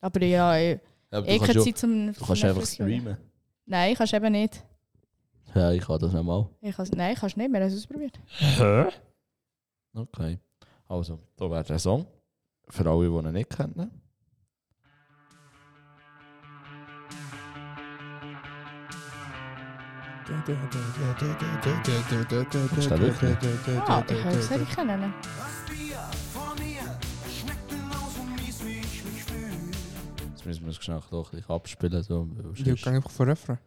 Speaker 1: Aber ja, ich,
Speaker 2: Ja, aber
Speaker 1: ich Eh,
Speaker 2: du kannst,
Speaker 1: keine
Speaker 2: ja,
Speaker 1: Zeit zum
Speaker 2: du kannst
Speaker 1: zum
Speaker 2: einfach
Speaker 1: Netflix schauen.
Speaker 2: streamen.
Speaker 1: Nein, kannst eben nicht.
Speaker 2: Ja, ich kann das nicht mal.
Speaker 1: Ich kann's, nein, kannst nicht, wir haben es ausprobiert.
Speaker 2: Hä? Okay. Also, da wäre der Song. Für alle, die ihn nicht kennen.
Speaker 3: Ist
Speaker 2: der wirklich?
Speaker 1: Ah, ich habe gesagt, ich kenne ihn.
Speaker 5: Das Bier von mir schmeckt genauso mies, wie ich mich fühl.
Speaker 2: Jetzt müssen wir es schnell noch ein bisschen abspielen. So. weil
Speaker 3: Ich
Speaker 2: sonst-
Speaker 3: gehe einfach vor Refrain.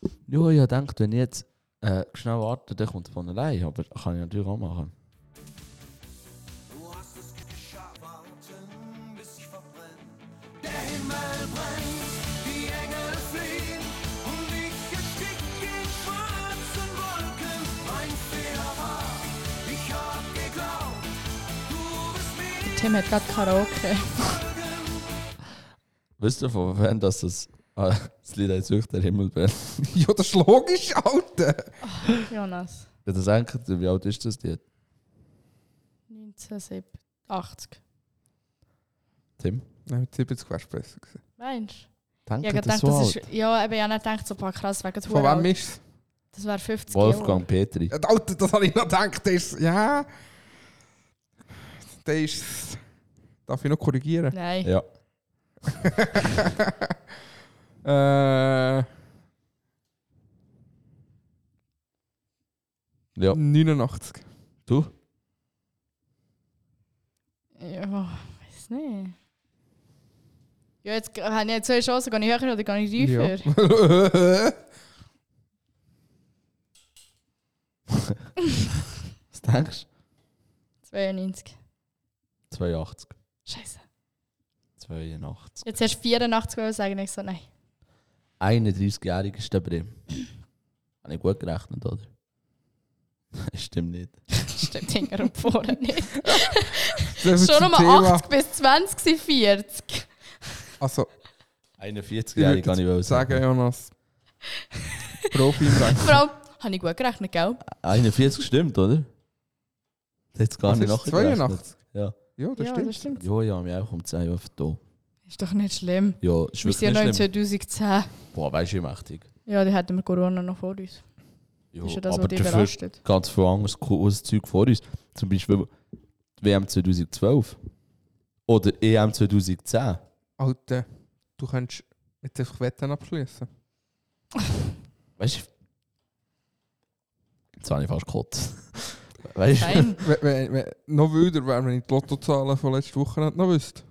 Speaker 2: Ja, ich denke, wenn ich jetzt äh, schnell warte, dann kommt es von allein. Aber das kann ich natürlich auch machen.
Speaker 5: Du hast es geschafft, warten, bis ich verbrenne. Der Himmel brennt, die Engel fliehen. Und ich erstick in schwarzen Wolken. Mein Fehler war, ich hab geglaubt, du bist mir
Speaker 1: Tim hat gerade Karaoke.
Speaker 2: Wisst ihr von wem das das, ah, das Lied heißt «Sucht der Himmel brennt»?
Speaker 3: Ja, das ist logisch, Alter.
Speaker 1: Jonas,
Speaker 2: Wenn ihr denkt, wie alt ist das Lied?
Speaker 1: 1987.
Speaker 2: Tim?
Speaker 3: Nein, mit 70 wärst du besser gewesen.
Speaker 1: Meinst du?
Speaker 2: Denkt
Speaker 1: Ich
Speaker 2: ihr
Speaker 1: habe gedacht,
Speaker 2: das so
Speaker 1: das
Speaker 2: alt?
Speaker 1: ist. Ja, eben, ich habe nicht gedacht, so ein paar krass wegen der
Speaker 3: Von
Speaker 1: Hure
Speaker 3: wem
Speaker 1: alt.
Speaker 3: ist
Speaker 1: Das wäre 50
Speaker 2: Wolfgang Petri.
Speaker 3: es? Alter, das habe ich noch gedacht. Der ist. Ja. Der ist. Darf ich noch korrigieren?
Speaker 1: Jahre. Nein.
Speaker 2: Ja.
Speaker 3: Äh.
Speaker 2: Ja.
Speaker 3: 89.
Speaker 2: Du?
Speaker 1: Ja, weiß nicht. Ja, jetzt habe ich jetzt zwei Chancen. Gehe ich höher oder gehe ich tiefer?
Speaker 2: Was denkst
Speaker 1: 92.
Speaker 2: du? 82.
Speaker 1: Scheiße.
Speaker 2: 82.
Speaker 1: Jetzt hast du 84 Euro sagen. Ich so, nein.
Speaker 2: 31-jährig ist der Brim. Habe ich gut gerechnet, oder? Stimmt nicht.
Speaker 1: Stimmt hinten und vorne nicht.
Speaker 3: Das ist
Speaker 1: Schon
Speaker 3: zum
Speaker 1: nochmal
Speaker 3: Thema.
Speaker 1: 80 bis 20 sind 40.
Speaker 3: Also,
Speaker 2: 41-jährig kann ich wohl
Speaker 3: sagen,
Speaker 2: sagen.
Speaker 3: Jonas. Profi im Recht.
Speaker 1: Vor allem, habe ich gut gerechnet, gell?
Speaker 2: 41 stimmt, oder? Das hat's gar
Speaker 3: Was
Speaker 2: nicht
Speaker 3: ist
Speaker 2: nachgerechnet.
Speaker 3: 82?
Speaker 2: Ja.
Speaker 3: Ja, das
Speaker 1: ja,
Speaker 3: stimmt.
Speaker 1: das stimmt.
Speaker 2: Ja, ja, wir auch um 10 Uhr da.
Speaker 1: Ist doch nicht schlimm.
Speaker 2: Ja, ist
Speaker 1: Wir sind ja noch in
Speaker 2: wirklich nicht schlimm.
Speaker 1: 2010.
Speaker 2: Boah, weißt du, ich mächtig.
Speaker 1: Ja, dann hätten wir Corona noch vor uns.
Speaker 2: Ja,
Speaker 1: Das ist ja das,
Speaker 2: aber
Speaker 1: was dich
Speaker 2: dafür
Speaker 1: belastet.
Speaker 2: ganz viel anderes cooles Zeug vor uns. Zum Beispiel die WM 2012 oder E EM 2010.
Speaker 3: Alter, du könntest jetzt einfach Wetten abschließen.
Speaker 2: Weißt du? Jetzt habe ich fast gekotzt. Weißt du?
Speaker 1: Nein.
Speaker 3: Wenn, wenn, wenn, noch wilder wäre, wenn ich die Lottozahlen von letzter Woche nicht noch wüsste.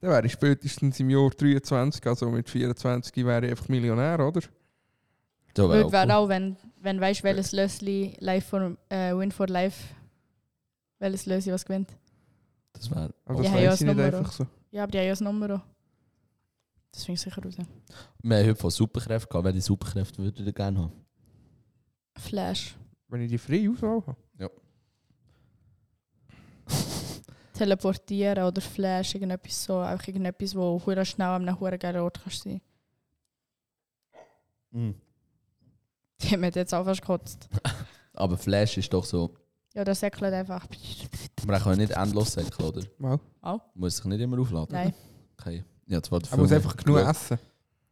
Speaker 3: Dann wäre ich spätestens im Jahr 23, also mit 24 wäre ich einfach Millionär, oder?
Speaker 2: Da wär
Speaker 1: Blöd
Speaker 2: auch
Speaker 1: wäre auch, wenn, wenn weißt, welches Lösli live for, äh, Win for Life, welches Lösli was gewinnt.
Speaker 2: cool. Das wäre.
Speaker 3: Aber Also das
Speaker 1: Ja, ja,
Speaker 3: weiß
Speaker 1: das
Speaker 3: ich nicht
Speaker 1: Nummer
Speaker 3: einfach
Speaker 1: auch.
Speaker 3: so.
Speaker 1: Ja, aber die haben ja das Nummer auch. Das finde ich sicher raus.
Speaker 2: Wir haben heute von Superkräften gehabt. Welche Superkräfte würdet ihr gerne haben?
Speaker 1: Flash.
Speaker 3: Wenn ich die freie Auswahl habe.
Speaker 1: Teleportieren oder Flash, irgendetwas so. Auch irgendetwas, wo sehr schnell an einem sehr geilen Ort kannst sein.
Speaker 3: Hm.
Speaker 1: Die haben mir jetzt auch fast gekotzt.
Speaker 2: Aber Flash ist doch so.
Speaker 1: Ja, das säckelt einfach.
Speaker 2: Man kann ja nicht endlos säckeln, oder?
Speaker 3: Wow.
Speaker 2: Muss sich nicht immer aufladen.
Speaker 1: Nein.
Speaker 2: Okay. Ja, zwar der
Speaker 3: Er muss
Speaker 2: Film-
Speaker 3: einfach genug essen.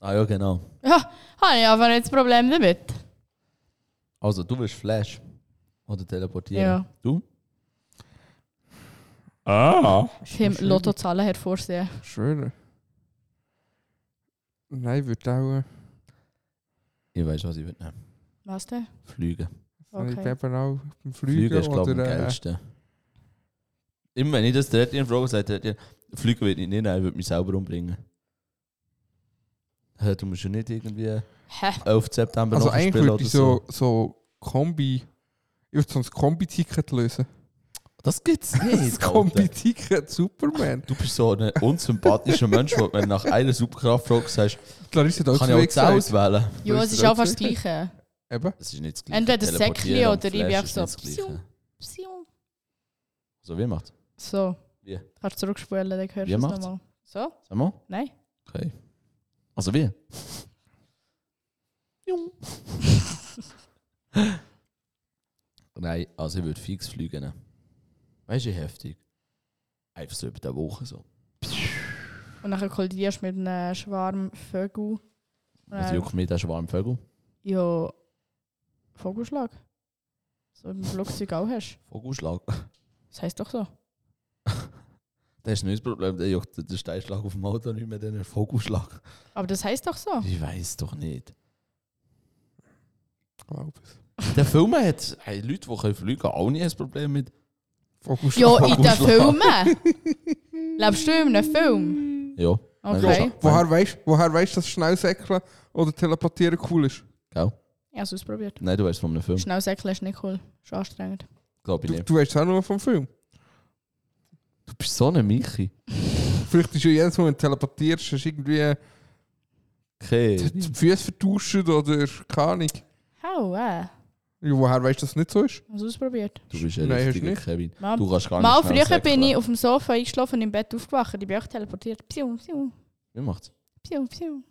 Speaker 2: Ah, ja, genau.
Speaker 1: Ja, habe ich aber jetzt ein Problem damit.
Speaker 2: Also, du willst Flash oder teleportieren?
Speaker 1: Ja.
Speaker 2: Du?
Speaker 1: Ich habe Lottozahlen hervorsehen.
Speaker 3: Schwöre. Nein, würde auch. äh,
Speaker 2: Ich weiß, was ich würde nehmen.
Speaker 1: Was denn?
Speaker 2: Fliegen.
Speaker 3: Ich
Speaker 1: Okay.
Speaker 3: eben auch beim Fliegen,
Speaker 2: Fliegen ist, glaube ich, am
Speaker 3: oder. äh,
Speaker 2: geilsten. Immer wenn ich das direkt in Frage sage, direkt in- Fliegen würde ich nicht nehmen, ich würde mich selber umbringen. Hä, Du musst ja nicht irgendwie
Speaker 1: Hä?
Speaker 2: 11. September
Speaker 3: also
Speaker 2: noch
Speaker 3: eigentlich
Speaker 2: spielen
Speaker 3: würde ich so, so Kombi. Ich würde so ein Kombi-Ticket lösen.
Speaker 2: Das gibt's
Speaker 3: Das
Speaker 2: nicht. Alter.
Speaker 3: Kombi-Ticket Superman.
Speaker 2: Du bist so ein unsympathischer Mensch, wo wenn du nach einer Superkraftfrage sagst,
Speaker 3: Clarissa hat auch
Speaker 2: kann ich auch
Speaker 3: zwei
Speaker 2: jetzt
Speaker 3: gesagt.
Speaker 2: auswählen.
Speaker 1: Ja,
Speaker 3: Weißt
Speaker 1: es
Speaker 3: du
Speaker 1: ist
Speaker 3: das
Speaker 1: auch fast das
Speaker 3: wirklich?
Speaker 1: Gleiche.
Speaker 3: Eben.
Speaker 2: Das ist nicht das Gleiche.
Speaker 1: Entweder das
Speaker 2: Teleportieren
Speaker 1: Säckchen
Speaker 2: und
Speaker 1: oder ich
Speaker 2: Flash
Speaker 1: bin auch
Speaker 2: ist
Speaker 1: so, um.
Speaker 2: nicht das Gleiche.
Speaker 1: psiu. Psiu.
Speaker 2: So, wie macht's?
Speaker 1: So.
Speaker 2: Wie?
Speaker 1: Kannst du zurückspulen, dann hörst
Speaker 2: Wie
Speaker 1: du es
Speaker 2: macht's?
Speaker 1: nochmal. So?
Speaker 2: Sag mal.
Speaker 1: Nein?
Speaker 2: Okay. Also wie? Nein, also ich würde fix fliegen. nehmen. Weißt du, wie heftig? Einfach so über die Woche so.
Speaker 1: Und dann kollidierst du mit einem Schwarm Vögel.
Speaker 2: Was
Speaker 1: Ähm.
Speaker 2: Also juckt mir der warm Vögel?
Speaker 1: Ja. Vogelschlag. So im Flugzeug auch hast.
Speaker 2: Vogelschlag.
Speaker 1: Das heisst doch so.
Speaker 2: Das ist nicht das Problem, der juckt der Steinschlag auf dem Auto nicht mehr, dann der Vogelschlag.
Speaker 1: Aber das heisst doch so.
Speaker 2: Ich weiß doch nicht.
Speaker 3: Glaub es.
Speaker 2: Der Film hat hey, Leute, die können fliegen auch nie ein Problem mit.
Speaker 3: Fokus Hm.
Speaker 1: Ja, in den
Speaker 2: Vogelschlag.
Speaker 1: Filmen. Lebst du in einem Film?
Speaker 2: Ja.
Speaker 1: Okay.
Speaker 2: Wenn-
Speaker 3: Woher weißt woher weißt, dass Schnellsäckeln oder Teleportieren cool ist?
Speaker 2: Gell?
Speaker 1: Ich habe es ausprobiert.
Speaker 2: Nein, du weißt von einem Film.
Speaker 1: Schnell säckeln ist nicht cool. Schon anstrengend.
Speaker 2: Glaube ich
Speaker 3: Du,
Speaker 2: nicht.
Speaker 3: du weißt es auch nur vom Film.
Speaker 2: Du bist so ein Michi.
Speaker 3: Vielleicht ist ja jedes Mal, wenn du teleportierst, hast du irgendwie
Speaker 2: Okay.
Speaker 3: die die Füße vertauscht oder keine Ahnung.
Speaker 1: Hau, äh.
Speaker 3: Ja, woher weißt du, dass es nicht so ist?
Speaker 1: Ich habe es ausprobiert.
Speaker 2: Du bist ein
Speaker 3: Nein, hast
Speaker 2: richtiger
Speaker 3: nicht.
Speaker 2: Kevin.
Speaker 1: Mal,
Speaker 2: Du kannst gar nicht
Speaker 1: mal
Speaker 2: schnell
Speaker 1: früher
Speaker 2: säckeln.
Speaker 1: bin ich auf dem Sofa eingeschlafen und im Bett aufgewacht. Ich bin auch teleportiert. Psiu, psiu,
Speaker 2: Wie macht's?
Speaker 1: psiu, psiu.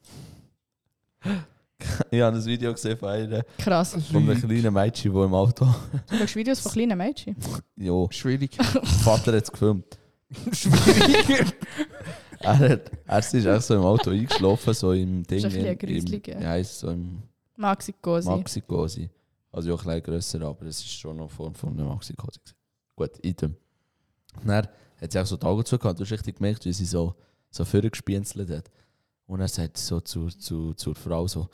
Speaker 2: Ich habe ein Video gesehen von einer,
Speaker 1: Krass.
Speaker 2: von einem kleinen Mädchen, die im Auto...
Speaker 1: Du schaust Videos von kleinen Mädchen.
Speaker 2: ja,
Speaker 3: Schwierig.
Speaker 2: der Vater hat es gefilmt.
Speaker 3: Schwierig.
Speaker 2: Er, hat, er ist auch so im Auto eingeschlafen, so im Ding.
Speaker 1: Ist ein bisschen
Speaker 2: im-
Speaker 1: gruselig,
Speaker 2: im,
Speaker 1: ja.
Speaker 2: ja, ist so im
Speaker 1: Maxi Gosi.
Speaker 2: Maxi-Gosi. Also ja, ein bisschen grösser, aber es ist schon noch Form von einem Maxi-Gosi. gewesen. Gut, Item. Dann hat sie auch so die Augen zugehört. Du hast richtig gemerkt, wie sie so, so vorgespienzelt hat. Und er sagt so zu, zu, zur Frau so,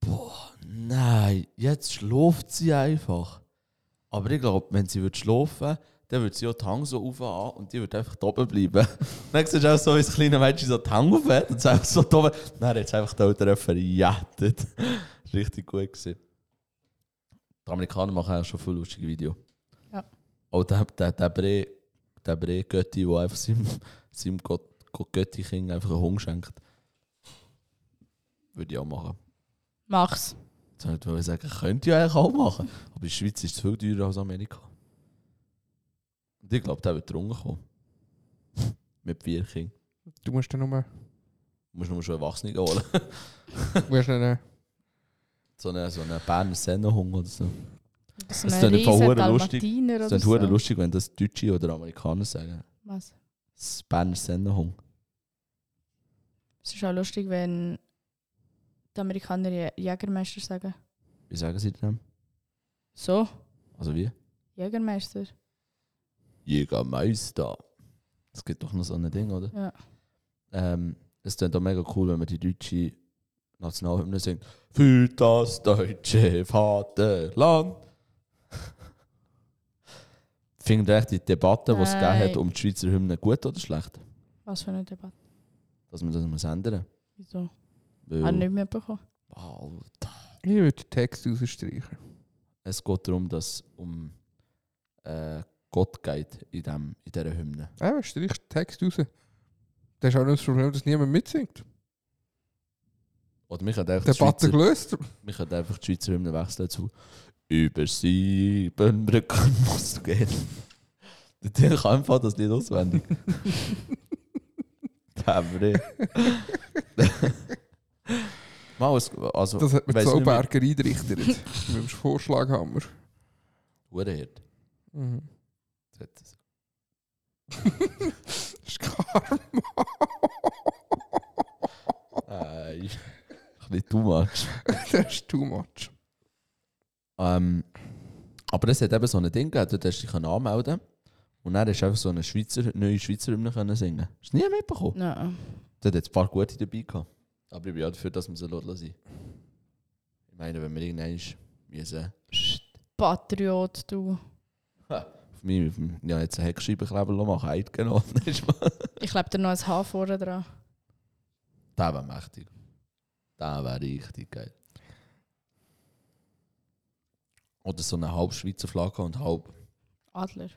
Speaker 2: boah, nein, jetzt schläft sie einfach. Aber ich glaube, wenn sie würd schlafen würde, dann würde sie auch die Hang so rauf an und die würde einfach da oben bleiben. dann siehst du auch so, wie das kleine Mädchen so die Hang aufhört und sie einfach so da oben. Dann hat sie einfach die Eltern verjettet. Das war richtig gut. Gewesen. Die Amerikaner machen auch schon viele lustige Videos.
Speaker 1: Ja.
Speaker 2: Auch der, der, der Bre, der Bre Götti, der einfach seinem, seinem Gott, Gott Götti Kind einfach einen Hung schenkt. Würde ich auch machen.
Speaker 1: Mach's.
Speaker 2: Jetzt wollte ich wollte sagen, könnt ihr eigentlich auch machen. Aber in der Schweiz ist es viel teurer als Amerika. Und ich glaube, der wird drunter kommen. Mit vier Kindern.
Speaker 3: Du musst dann nur.
Speaker 2: Du musst nur schon Erwachsene holen.
Speaker 3: Du hast dann, äh,
Speaker 2: so einen so eine Berner Sennenhung oder so.
Speaker 1: So
Speaker 2: Das
Speaker 1: ein
Speaker 2: klingt im Fall
Speaker 1: riesen
Speaker 2: hure lustig.
Speaker 1: Dalmatiner
Speaker 2: Das
Speaker 1: oder
Speaker 2: ist dann
Speaker 1: so.
Speaker 2: lustig, wenn das Deutsche oder Amerikaner sagen.
Speaker 1: Was?
Speaker 2: Das Berner Sennenhung.
Speaker 1: Es ist auch lustig, wenn die Amerikaner Jä- Jägermeister sagen.
Speaker 2: Wie sagen sie denn?
Speaker 1: So,
Speaker 2: Also wie?
Speaker 1: Jägermeister.
Speaker 2: Jägermeister. Es gibt doch noch so ein Ding, oder?
Speaker 1: Ja.
Speaker 2: Ähm, es klingt auch mega cool, wenn man die deutsche Nationalhymne singt. Für das deutsche Vaterland. Findet ihr echt die Debatte, die es gegeben
Speaker 1: Nein.
Speaker 2: hat, um die Schweizer Hymne gut oder schlecht?
Speaker 1: Was für eine Debatte.
Speaker 2: Dass man das muss ändern
Speaker 1: Wieso?
Speaker 2: muss.
Speaker 1: Hat Ah, nicht mehr bekommen.
Speaker 2: Alter.
Speaker 3: ich würde den Text rausstreichen.
Speaker 2: Es geht darum, dass um äh, Gott geht in, dem, in dieser Hymne.
Speaker 3: Eben, Ah, streich den Text raus. Das ist auch nicht das Problem, dass niemand mitsingt.
Speaker 2: Oder mich hat einfach die
Speaker 3: Debatte
Speaker 2: Schweizer-
Speaker 3: gelöst.
Speaker 2: Wir können einfach die Schweizer Hymne wechseln zu Über sieben Brücken musst du gehen. Der Till kann einfach das nicht auswendig. Tamri. Mal, es- also,
Speaker 3: Das hat mir
Speaker 2: weiss nicht mehr-
Speaker 3: Zauberger eingerichtet. Mit dem Vorschlaghammer.
Speaker 2: Uhrenhirt.
Speaker 3: Mhm.
Speaker 2: Das hat-
Speaker 3: Das ist Karma.
Speaker 2: Nein. Ein bisschen too much.
Speaker 3: das ist too much.
Speaker 2: Ähm, aber es hat eben so ein Ding gegeben, dort hast du dich anmelden und dann hast du einfach so eine Schweizer, neue Schweizer Hymne können singen. Hast du nie mitbekommen?
Speaker 1: Nein.
Speaker 2: Dort hat es ein paar gute dabei gehabt. Aber ich bin auch dafür, dass wir sie lassen. lassen. Ich meine, wenn wir irgendwann müssen,
Speaker 1: Patriot, du.
Speaker 2: auf mich, auf mich, ja, jetzt einen Heckscheibenkleber lassen machen, Eid genommen, ist mal.
Speaker 1: Ich glaube, da noch ein Haar vorne dran.
Speaker 2: Der wäre mächtig. Der wäre richtig geil. Oder so eine halb Schweizer Flagge und halb.
Speaker 1: Adler.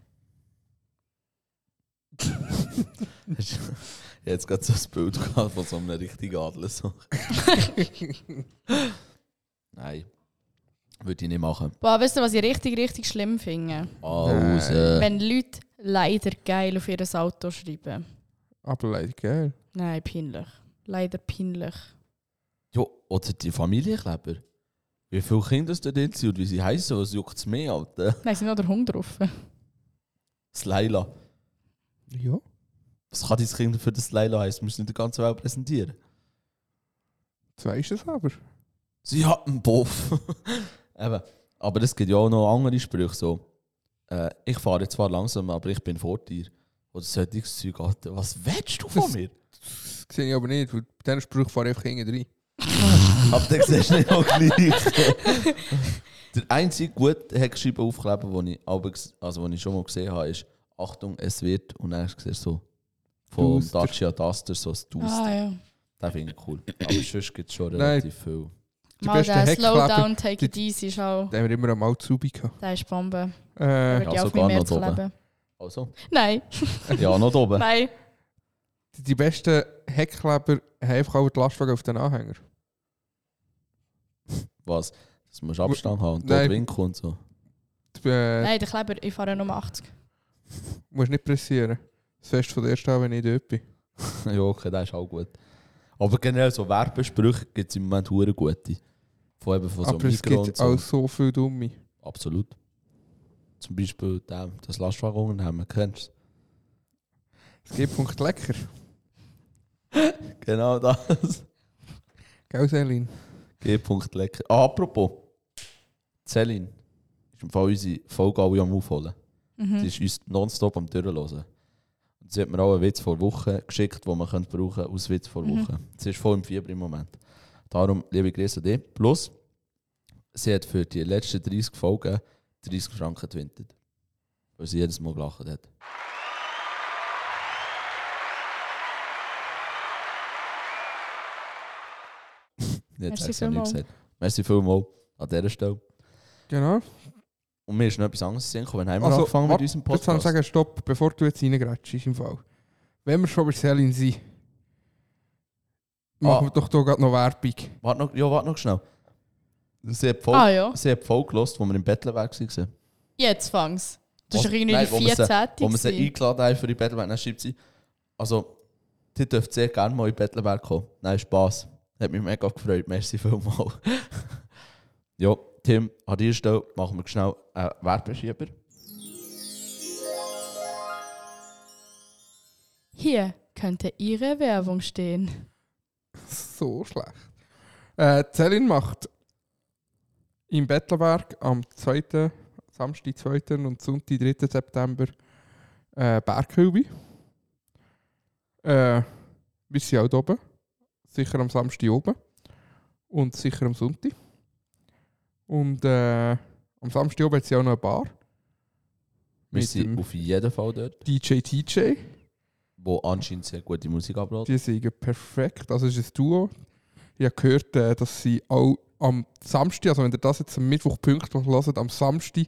Speaker 2: Ich habe jetzt gerade so ein Bild gehabt von so einem richtigen Adler. so. Nein. Würde ich nicht machen.
Speaker 1: Boah, weißt du, was ich richtig, richtig schlimm finde?
Speaker 2: Alles.
Speaker 1: Wenn Leute leider geil auf ihr Auto schreiben.
Speaker 3: Aber leider geil.
Speaker 1: Nein, peinlich. Leider peinlich.
Speaker 2: Ja, oder die Familienkleber. Wie viele Kinder es dort sind und wie sie heißen, was juckt es mehr, Alter?
Speaker 1: Nein, sind noch der Hund drauf.
Speaker 2: Das Leila.
Speaker 3: Ja.
Speaker 2: Was kann dein Kind für das Leila heißen? Müssen wir die ganze Welt präsentieren.
Speaker 3: Jetzt weisst du es aber.
Speaker 2: Sie hat einen Buff. Eben. Aber es gibt ja auch noch andere Sprüche. So, äh, ich fahre zwar langsam, aber ich bin vor dir. Oder solches Zeug, Alter. Was willst du von
Speaker 3: Das-
Speaker 2: mir?
Speaker 3: Das sehe ich aber nicht, weil bei diesen Sprüchen fahre ich einfach hinten rein.
Speaker 2: aber dann siehst du nicht auch gleich. Der einzige gute Heckscheibenaufkleber, den ich, aber ges- also, den ich schon mal gesehen habe, ist «Achtung, es wird» und dann siehst du so vom
Speaker 3: Duster.
Speaker 2: Dacia Duster so ein Duster.
Speaker 1: Ah ja.
Speaker 2: Den finde ich cool. Aber sonst gibt es schon
Speaker 3: Nein.
Speaker 2: relativ viel.
Speaker 3: Die
Speaker 1: Mal
Speaker 3: beste
Speaker 1: der
Speaker 3: Heckklappe-
Speaker 1: Slowdown, take it
Speaker 3: die-
Speaker 1: easy ist auch.
Speaker 3: Da haben wir immer einmal Zubi gehabt.
Speaker 1: Der ist Bombe.
Speaker 3: Äh,
Speaker 1: Würde ich
Speaker 2: also
Speaker 1: auf
Speaker 2: gar
Speaker 1: mich mehr
Speaker 2: noch
Speaker 1: zu
Speaker 2: oben.
Speaker 1: kleben.
Speaker 2: Also,
Speaker 1: Nein,
Speaker 2: ja, noch da oben.
Speaker 1: nein.
Speaker 3: die, die besten Heckkleber haben einfach auch die Lastwagen auf den Anhänger.
Speaker 2: Was? Das musst du Abstand haben und
Speaker 3: Nein.
Speaker 2: dort Winkel und so.
Speaker 3: Du äh,
Speaker 1: Nein, der Kleber, ich fahre nur 80.
Speaker 3: musst nicht pressieren. Das Fest von der ersten Abend, wenn ich dort bin.
Speaker 2: ja, okay, das ist auch gut. Aber generell so Werbesprüche gibt es im Moment hure gute. Von eben von so
Speaker 3: aber es
Speaker 2: Migros
Speaker 3: gibt
Speaker 2: und so.
Speaker 3: auch so viel Dumme.
Speaker 2: Absolut. Zum Beispiel der, das Lastwagenunternehmen, kennst
Speaker 3: Es gibt Punkt Lecker.
Speaker 2: du Genau das.
Speaker 3: Gell, Selin?
Speaker 2: G-Punkt lecker. Ah, apropos. Celine ist im Fall unsere Folge alle am Aufholen. Sie
Speaker 1: Mhm.
Speaker 2: ist uns nonstop am Durchhören. Und sie hat mir auch einen Witz vor Wochen geschickt, den man könnte brauchen aus Witz vor
Speaker 1: Mhm.
Speaker 2: Wochen. Sie ist voll im Fieber im Moment. Darum, liebe Grüße an dich. Plus, sie hat für die letzten 30 Folgen 30 Franken gewinnt. Weil sie jedes Mal gelacht hat. Jetzt
Speaker 1: Merci
Speaker 2: hat sie auch nichts
Speaker 1: vielmals.
Speaker 2: gesagt. Merci vielmals an dieser Stelle.
Speaker 3: Genau.
Speaker 2: Und mir ist noch etwas anderes gesehen, wenn wir angefangen mit
Speaker 3: Also, warte,
Speaker 2: unserem
Speaker 3: Jetzt kann ich
Speaker 2: Podcast.
Speaker 3: sagen, stopp, bevor du jetzt reingrätschst, ist im Fall. Wenn wir schon bei Selin sind,
Speaker 2: Ah.
Speaker 3: machen wir doch hier gerade noch Werbung.
Speaker 2: Warte noch, ja, warte noch schnell. Sie hat voll,
Speaker 1: Ah ja,
Speaker 2: sie hat voll gelost, wo wir im Battlewerk waren.
Speaker 1: jetzt fang's. Das
Speaker 2: Was-
Speaker 1: war irgendwie
Speaker 2: Nein,
Speaker 1: die
Speaker 2: wo wir sie-
Speaker 1: 14.
Speaker 2: Wo wir sie
Speaker 1: gewesen.
Speaker 2: eingeladen haben für die Battlewerk, dann schreibt sie, also, die dürft sehr gerne mal in die Battlewerk kommen. Nein, Spass. Hat mich mega gefreut, merci vielmals. ja, Tim, an dieser Stelle machen wir schnell einen Werbeschieber.
Speaker 1: Hier könnte Ihre Werbung stehen.
Speaker 3: So schlecht. Äh, Selin macht im Bettlerberg am 2., Samstag, 2. und Sonntag, 3. September äh, Berghübe. Äh, wir sind auch da oben. Sicher am Samstag oben. Und sicher am Sonntag. Und äh, am Samstag oben hat sie auch noch eine Bar.
Speaker 2: Wir
Speaker 3: Mit
Speaker 2: sind
Speaker 3: dem-
Speaker 2: auf jeden Fall dort,
Speaker 3: DJ TJ.
Speaker 2: wo anscheinend sehr gute Musik abläuft.
Speaker 3: Die sind perfekt. Also es ist ein Duo. Ich habe gehört, äh, dass sie auch am Samstag, also wenn ihr das jetzt am Mittwoch pünktlich hört, am Samstag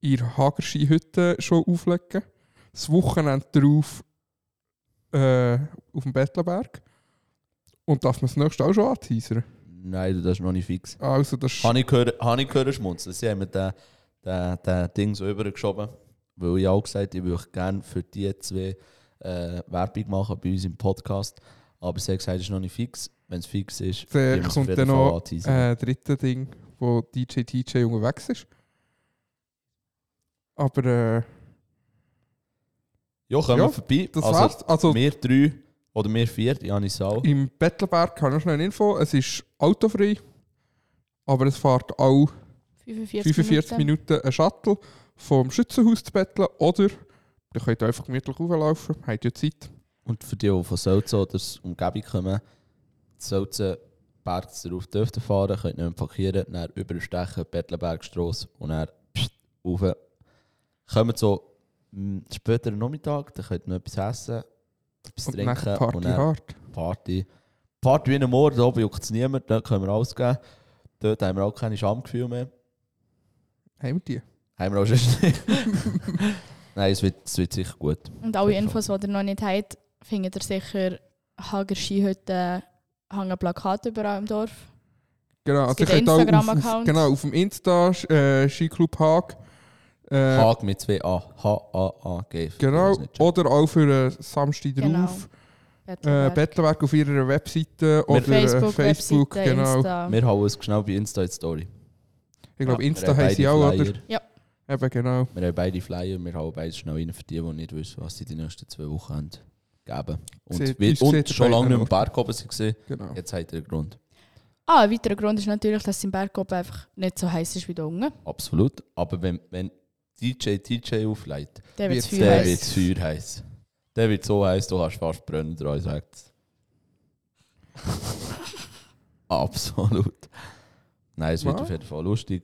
Speaker 3: ihr Hagerski-Hütte schon auflegen. Das Wochenende drauf äh, auf dem Bettlerberg. Und darf man das nächste auch schon anteasern.
Speaker 2: Nein, das ist noch nicht fix.
Speaker 3: Also das ist
Speaker 2: Habe ich gehört, habe ich gehört schmunzeln. Sie haben mir den, den, den Ding so übergeschoben, weil ich auch gesagt habe, ich würde gerne für die zwei äh, Werbung machen bei uns im Podcast. Aber sie haben gesagt, es ist noch nicht fix. Wenn es fix ist, gehen
Speaker 3: Dann
Speaker 2: wir es auf
Speaker 3: Äh, kommt
Speaker 2: jeden
Speaker 3: dann
Speaker 2: Fall
Speaker 3: noch,
Speaker 2: anteasern.
Speaker 3: äh, dritte Ding, wo DJ TJ unterwegs ist. Aber äh,
Speaker 2: ja, kommen
Speaker 3: ja,
Speaker 2: wir vorbei.
Speaker 3: das
Speaker 2: also,
Speaker 3: war's. Also
Speaker 2: wir drei oder wir vier, Janis auch.
Speaker 3: Im Bettelberg habe ich noch schnell eine Info. Es ist autofrei, aber es fährt auch
Speaker 1: 45,
Speaker 3: 45
Speaker 1: Minuten.
Speaker 3: Minuten ein Shuttle vom Schützenhaus zu betteln. Oder ihr könnt einfach gemütlich rauflaufen, habt ja Zeit.
Speaker 2: Und für die, die von Sölzen oder der Umgebung kommen, Sölzen Berg darauf dürften fahren, könnt nicht mehr parkieren, dann überstechen, Bettlenbergstrasse und dann pst, rauf. Kommen so mm, am späteren Nachmittag, dann könnt ihr noch etwas essen, etwas
Speaker 3: Und
Speaker 2: trinken
Speaker 3: nachher Party
Speaker 2: und dann
Speaker 3: hart.
Speaker 2: Party. Party wie ein Mord, da oben juckt es niemand, dort können wir alles geben. Dort haben wir auch keine Schamgefühle mehr.
Speaker 3: Haben wir die?
Speaker 2: Haben wir auch schon nicht. Nein, es wird, es wird sicher gut.
Speaker 1: Und alle Infos, die ihr noch nicht habt, findet ihr sicher. Hager Skihütte hängen Plakate überall im Dorf.
Speaker 3: Genau,
Speaker 1: Es
Speaker 3: also ihr
Speaker 1: gibt einen
Speaker 3: könnt auch auf, auf,
Speaker 1: Instagram-Account.
Speaker 3: genau, auf dem Insta äh, Skiclub Haag. Äh,
Speaker 2: Haag mit zwei A. H-A-A-G.
Speaker 3: Genau,
Speaker 2: Das nicht schon.
Speaker 3: oder auch für äh, Samstag
Speaker 1: Genau.
Speaker 3: drauf. Äh,
Speaker 1: Bettlerberg.
Speaker 3: Bettlerberg auf ihrer Webseite oder
Speaker 1: Facebook,
Speaker 3: Facebook, Facebook
Speaker 1: Webseite,
Speaker 3: genau.
Speaker 1: Insta.
Speaker 2: Wir hauen es genau bei Insta in die Story.
Speaker 3: Ich glaube,
Speaker 2: Ja,
Speaker 3: Insta
Speaker 2: wir
Speaker 3: haben sie auch,
Speaker 2: beide
Speaker 3: oder?
Speaker 2: Flyer.
Speaker 3: Eben, genau.
Speaker 2: Wir haben beide Flyer, wir hauen beide schnell rein für die, die nicht wissen, was sie die nächsten zwei Wochen haben. Geben. Und,
Speaker 3: Seht-
Speaker 2: wir,
Speaker 3: uns
Speaker 2: und
Speaker 3: seht ihr
Speaker 2: schon lange
Speaker 3: beide
Speaker 2: nicht im Berg oben sind gesehen.
Speaker 3: genau.
Speaker 2: Jetzt habt ihr den Grund.
Speaker 1: Ah, ein weiterer Grund ist natürlich, dass es im Berg oben einfach nicht so heiß ist wie da unten.
Speaker 2: Absolut. Aber wenn, wenn DJ TJ aufleitet,
Speaker 1: Der wird es
Speaker 3: Wird's-
Speaker 1: viel
Speaker 2: der
Speaker 1: heiß.
Speaker 2: wird Feuer heiß. Der wird so heiß, du hast fast brennen dran, sagt Absolut. Nein, es wird
Speaker 3: Ja.
Speaker 2: auf jeden Fall lustig.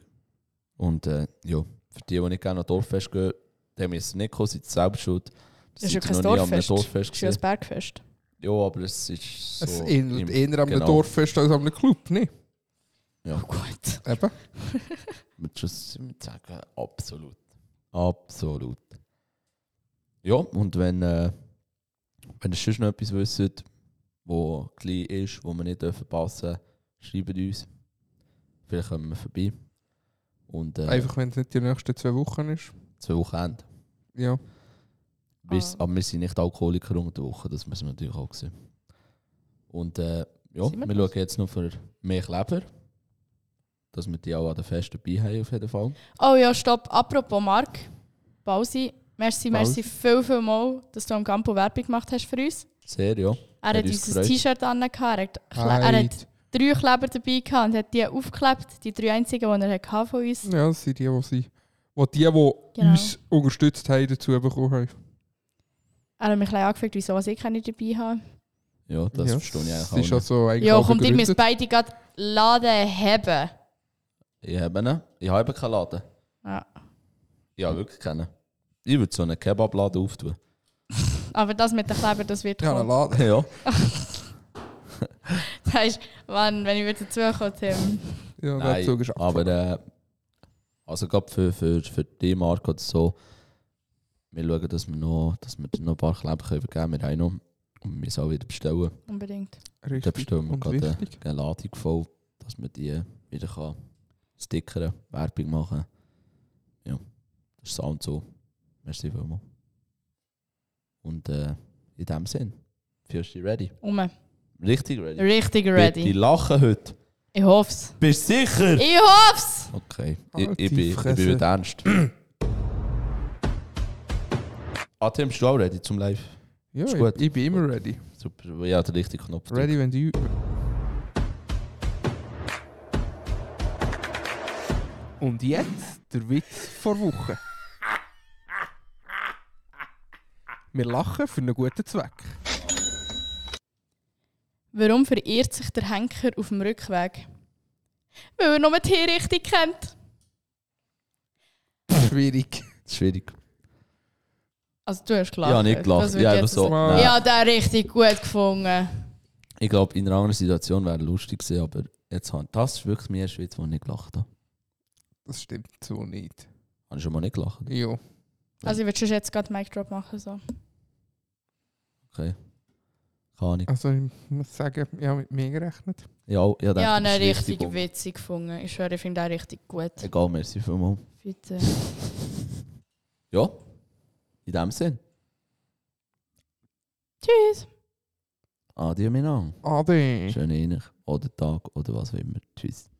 Speaker 2: Und äh, ja, für die, die nicht gerne an Dorffest gehen, dem ist es nicht gekommen, sind sie selbst schuld.
Speaker 1: Das ist ja
Speaker 2: Sind
Speaker 1: kein
Speaker 2: sie noch nie an einem
Speaker 1: Dorffest.
Speaker 2: Dorffest
Speaker 1: Schönes
Speaker 2: gewesen.
Speaker 1: Bergfest.
Speaker 2: ja, aber es ist so.
Speaker 3: Äh, Es ähnelt
Speaker 2: im-
Speaker 3: eher einem
Speaker 2: genau.
Speaker 3: Dorffest als einem Club, ne?
Speaker 1: Oh
Speaker 2: Ja,
Speaker 1: Gut.
Speaker 3: Eben.
Speaker 2: mit Schuss mit sagen, absolut. Absolut. Ja, und wenn, äh, wenn ihr sonst noch etwas wisst, wo klein ist, wo wir nicht verpassen dürfen, schreibt uns. Vielleicht kommen wir vorbei. Und äh,
Speaker 3: Einfach, wenn es nicht die nächsten zwei Wochen ist.
Speaker 2: zwei Wochenende.
Speaker 3: Ja.
Speaker 2: Wir,
Speaker 1: Ah.
Speaker 2: Aber wir sind nicht Alkoholiker unter der Woche, das müssen wir natürlich auch sehen. Und äh, ja,
Speaker 1: Sind wir
Speaker 2: wir
Speaker 1: das?
Speaker 2: schauen jetzt noch für mehr Kleber, dass wir die auch an der Fest dabei haben, auf jeden Fall.
Speaker 1: Oh ja, stopp. Apropos Marc, Bausi, merci, merci
Speaker 3: Bausi.
Speaker 1: viel, viel mal, dass du am Campo Werbung gemacht hast für uns.
Speaker 2: Sehr, ja.
Speaker 1: Er hat,
Speaker 2: Hat uns
Speaker 1: unser
Speaker 2: gefreut.
Speaker 1: T-Shirt an, er hat, Kle- er
Speaker 3: Heid.
Speaker 1: hat drei Kleber dabei gehabt und hat die aufgeklebt, die drei einzigen, die er hatte von uns.
Speaker 3: Ja, das sind die, die, sie, wo die, die
Speaker 1: Genau.
Speaker 3: uns unterstützt haben, dazu bekommen haben.
Speaker 1: Er hat mich gleich angefragt, wieso was ich keine dabei habe.
Speaker 2: Ja, das
Speaker 3: ja.
Speaker 2: verstehe ich
Speaker 3: Das
Speaker 2: eigentlich
Speaker 3: ist
Speaker 2: auch.
Speaker 3: also eigentlich
Speaker 1: Ja,
Speaker 3: auch
Speaker 1: kommt, ich muss
Speaker 3: begründet.
Speaker 1: beide gerade laden haben.
Speaker 2: Ich habe ihn. Ich habe eben keinen Laden.
Speaker 1: Ja.
Speaker 2: Ja, wirklich kennen. Ich würde so einen Kebabladen auftun.
Speaker 1: Aber das mit den Kleber, das wird
Speaker 3: Ja, einen
Speaker 1: kommen.
Speaker 3: Laden.
Speaker 2: ja.
Speaker 1: Das heißt, wenn, wenn ich wieder dazu komme, Tim.
Speaker 3: Ja, der Zug
Speaker 2: Nein,
Speaker 3: ist ab.
Speaker 2: aber äh, also gerade für, für, für die Marke oder so, wir schauen, dass wir noch, dass wir dir noch ein paar Kleber können übergeben können. Wir haben noch und wir sollen wieder bestellen.
Speaker 1: Unbedingt.
Speaker 2: Da
Speaker 3: Richtig
Speaker 2: bestellen wir
Speaker 3: und
Speaker 2: gerade äh, eine,
Speaker 3: wichtig.
Speaker 2: eine Ladung voll, dass wir die wieder kann stickern, Werbung machen. Ja, das ist so und so. Merci vielmals. Und äh, in dem Sinn, fühlst du dich ready?
Speaker 1: Um.
Speaker 2: Richtig ready?
Speaker 1: Richtig
Speaker 2: Die
Speaker 1: ready.
Speaker 2: lachen heute.
Speaker 1: Ich hoff's.
Speaker 2: Bist du sicher?
Speaker 1: Ich hoff's!
Speaker 2: Okay, ich,
Speaker 3: Alte
Speaker 2: ich, bin, ich bin
Speaker 3: Fresse.
Speaker 2: heute ernst. ah, Tim, bist du auch ready zum Live?
Speaker 3: Ja,
Speaker 2: Ist
Speaker 3: ich,
Speaker 2: gut.
Speaker 3: ich bin immer ready.
Speaker 2: Super, ja, der richtige Knopf. gedrückt.
Speaker 3: Ready, wenn du. Und jetzt der Witz vor Woche. Wir lachen für einen guten Zweck.
Speaker 1: Warum verirrt sich der Henker auf dem Rückweg? Weil er nur die Richtung kennt.
Speaker 3: Schwierig.
Speaker 2: Schwierig.
Speaker 1: Also du hast gelacht.
Speaker 2: Ja, nicht gelacht.
Speaker 1: Das würde
Speaker 2: Ja,
Speaker 1: ich
Speaker 2: einfach
Speaker 1: jetzt
Speaker 2: so.
Speaker 1: sagen.
Speaker 2: Nein.
Speaker 1: Ich habe den richtig gut gefunden.
Speaker 2: Ich glaube, in einer anderen Situation wäre lustig gewesen, aber jetzt haben das ist wirklich mir Schweiz, wo ich nicht gelacht habe.
Speaker 3: Das stimmt so nicht.
Speaker 2: Habe ich schon mal nicht gelacht?
Speaker 3: Ja.
Speaker 1: Also ich würde sonst jetzt gerade Mic Drop machen. So.
Speaker 2: Okay. Keine Ahnung.
Speaker 3: Also ich muss sagen, ich habe mit mir gerechnet.
Speaker 2: Ja, ja,
Speaker 1: Ich habe ihn richtig witzig gefunden. Ich schwöre, ich finde den richtig gut.
Speaker 2: Egal, merci vielmals.
Speaker 1: Bitte.
Speaker 2: Ja, in dem Sinn.
Speaker 1: Tschüss.
Speaker 2: Adieu, mein Name.
Speaker 3: Ade. Mhm.
Speaker 2: Schönen Enig. Oder Tag oder was auch immer. Tschüss.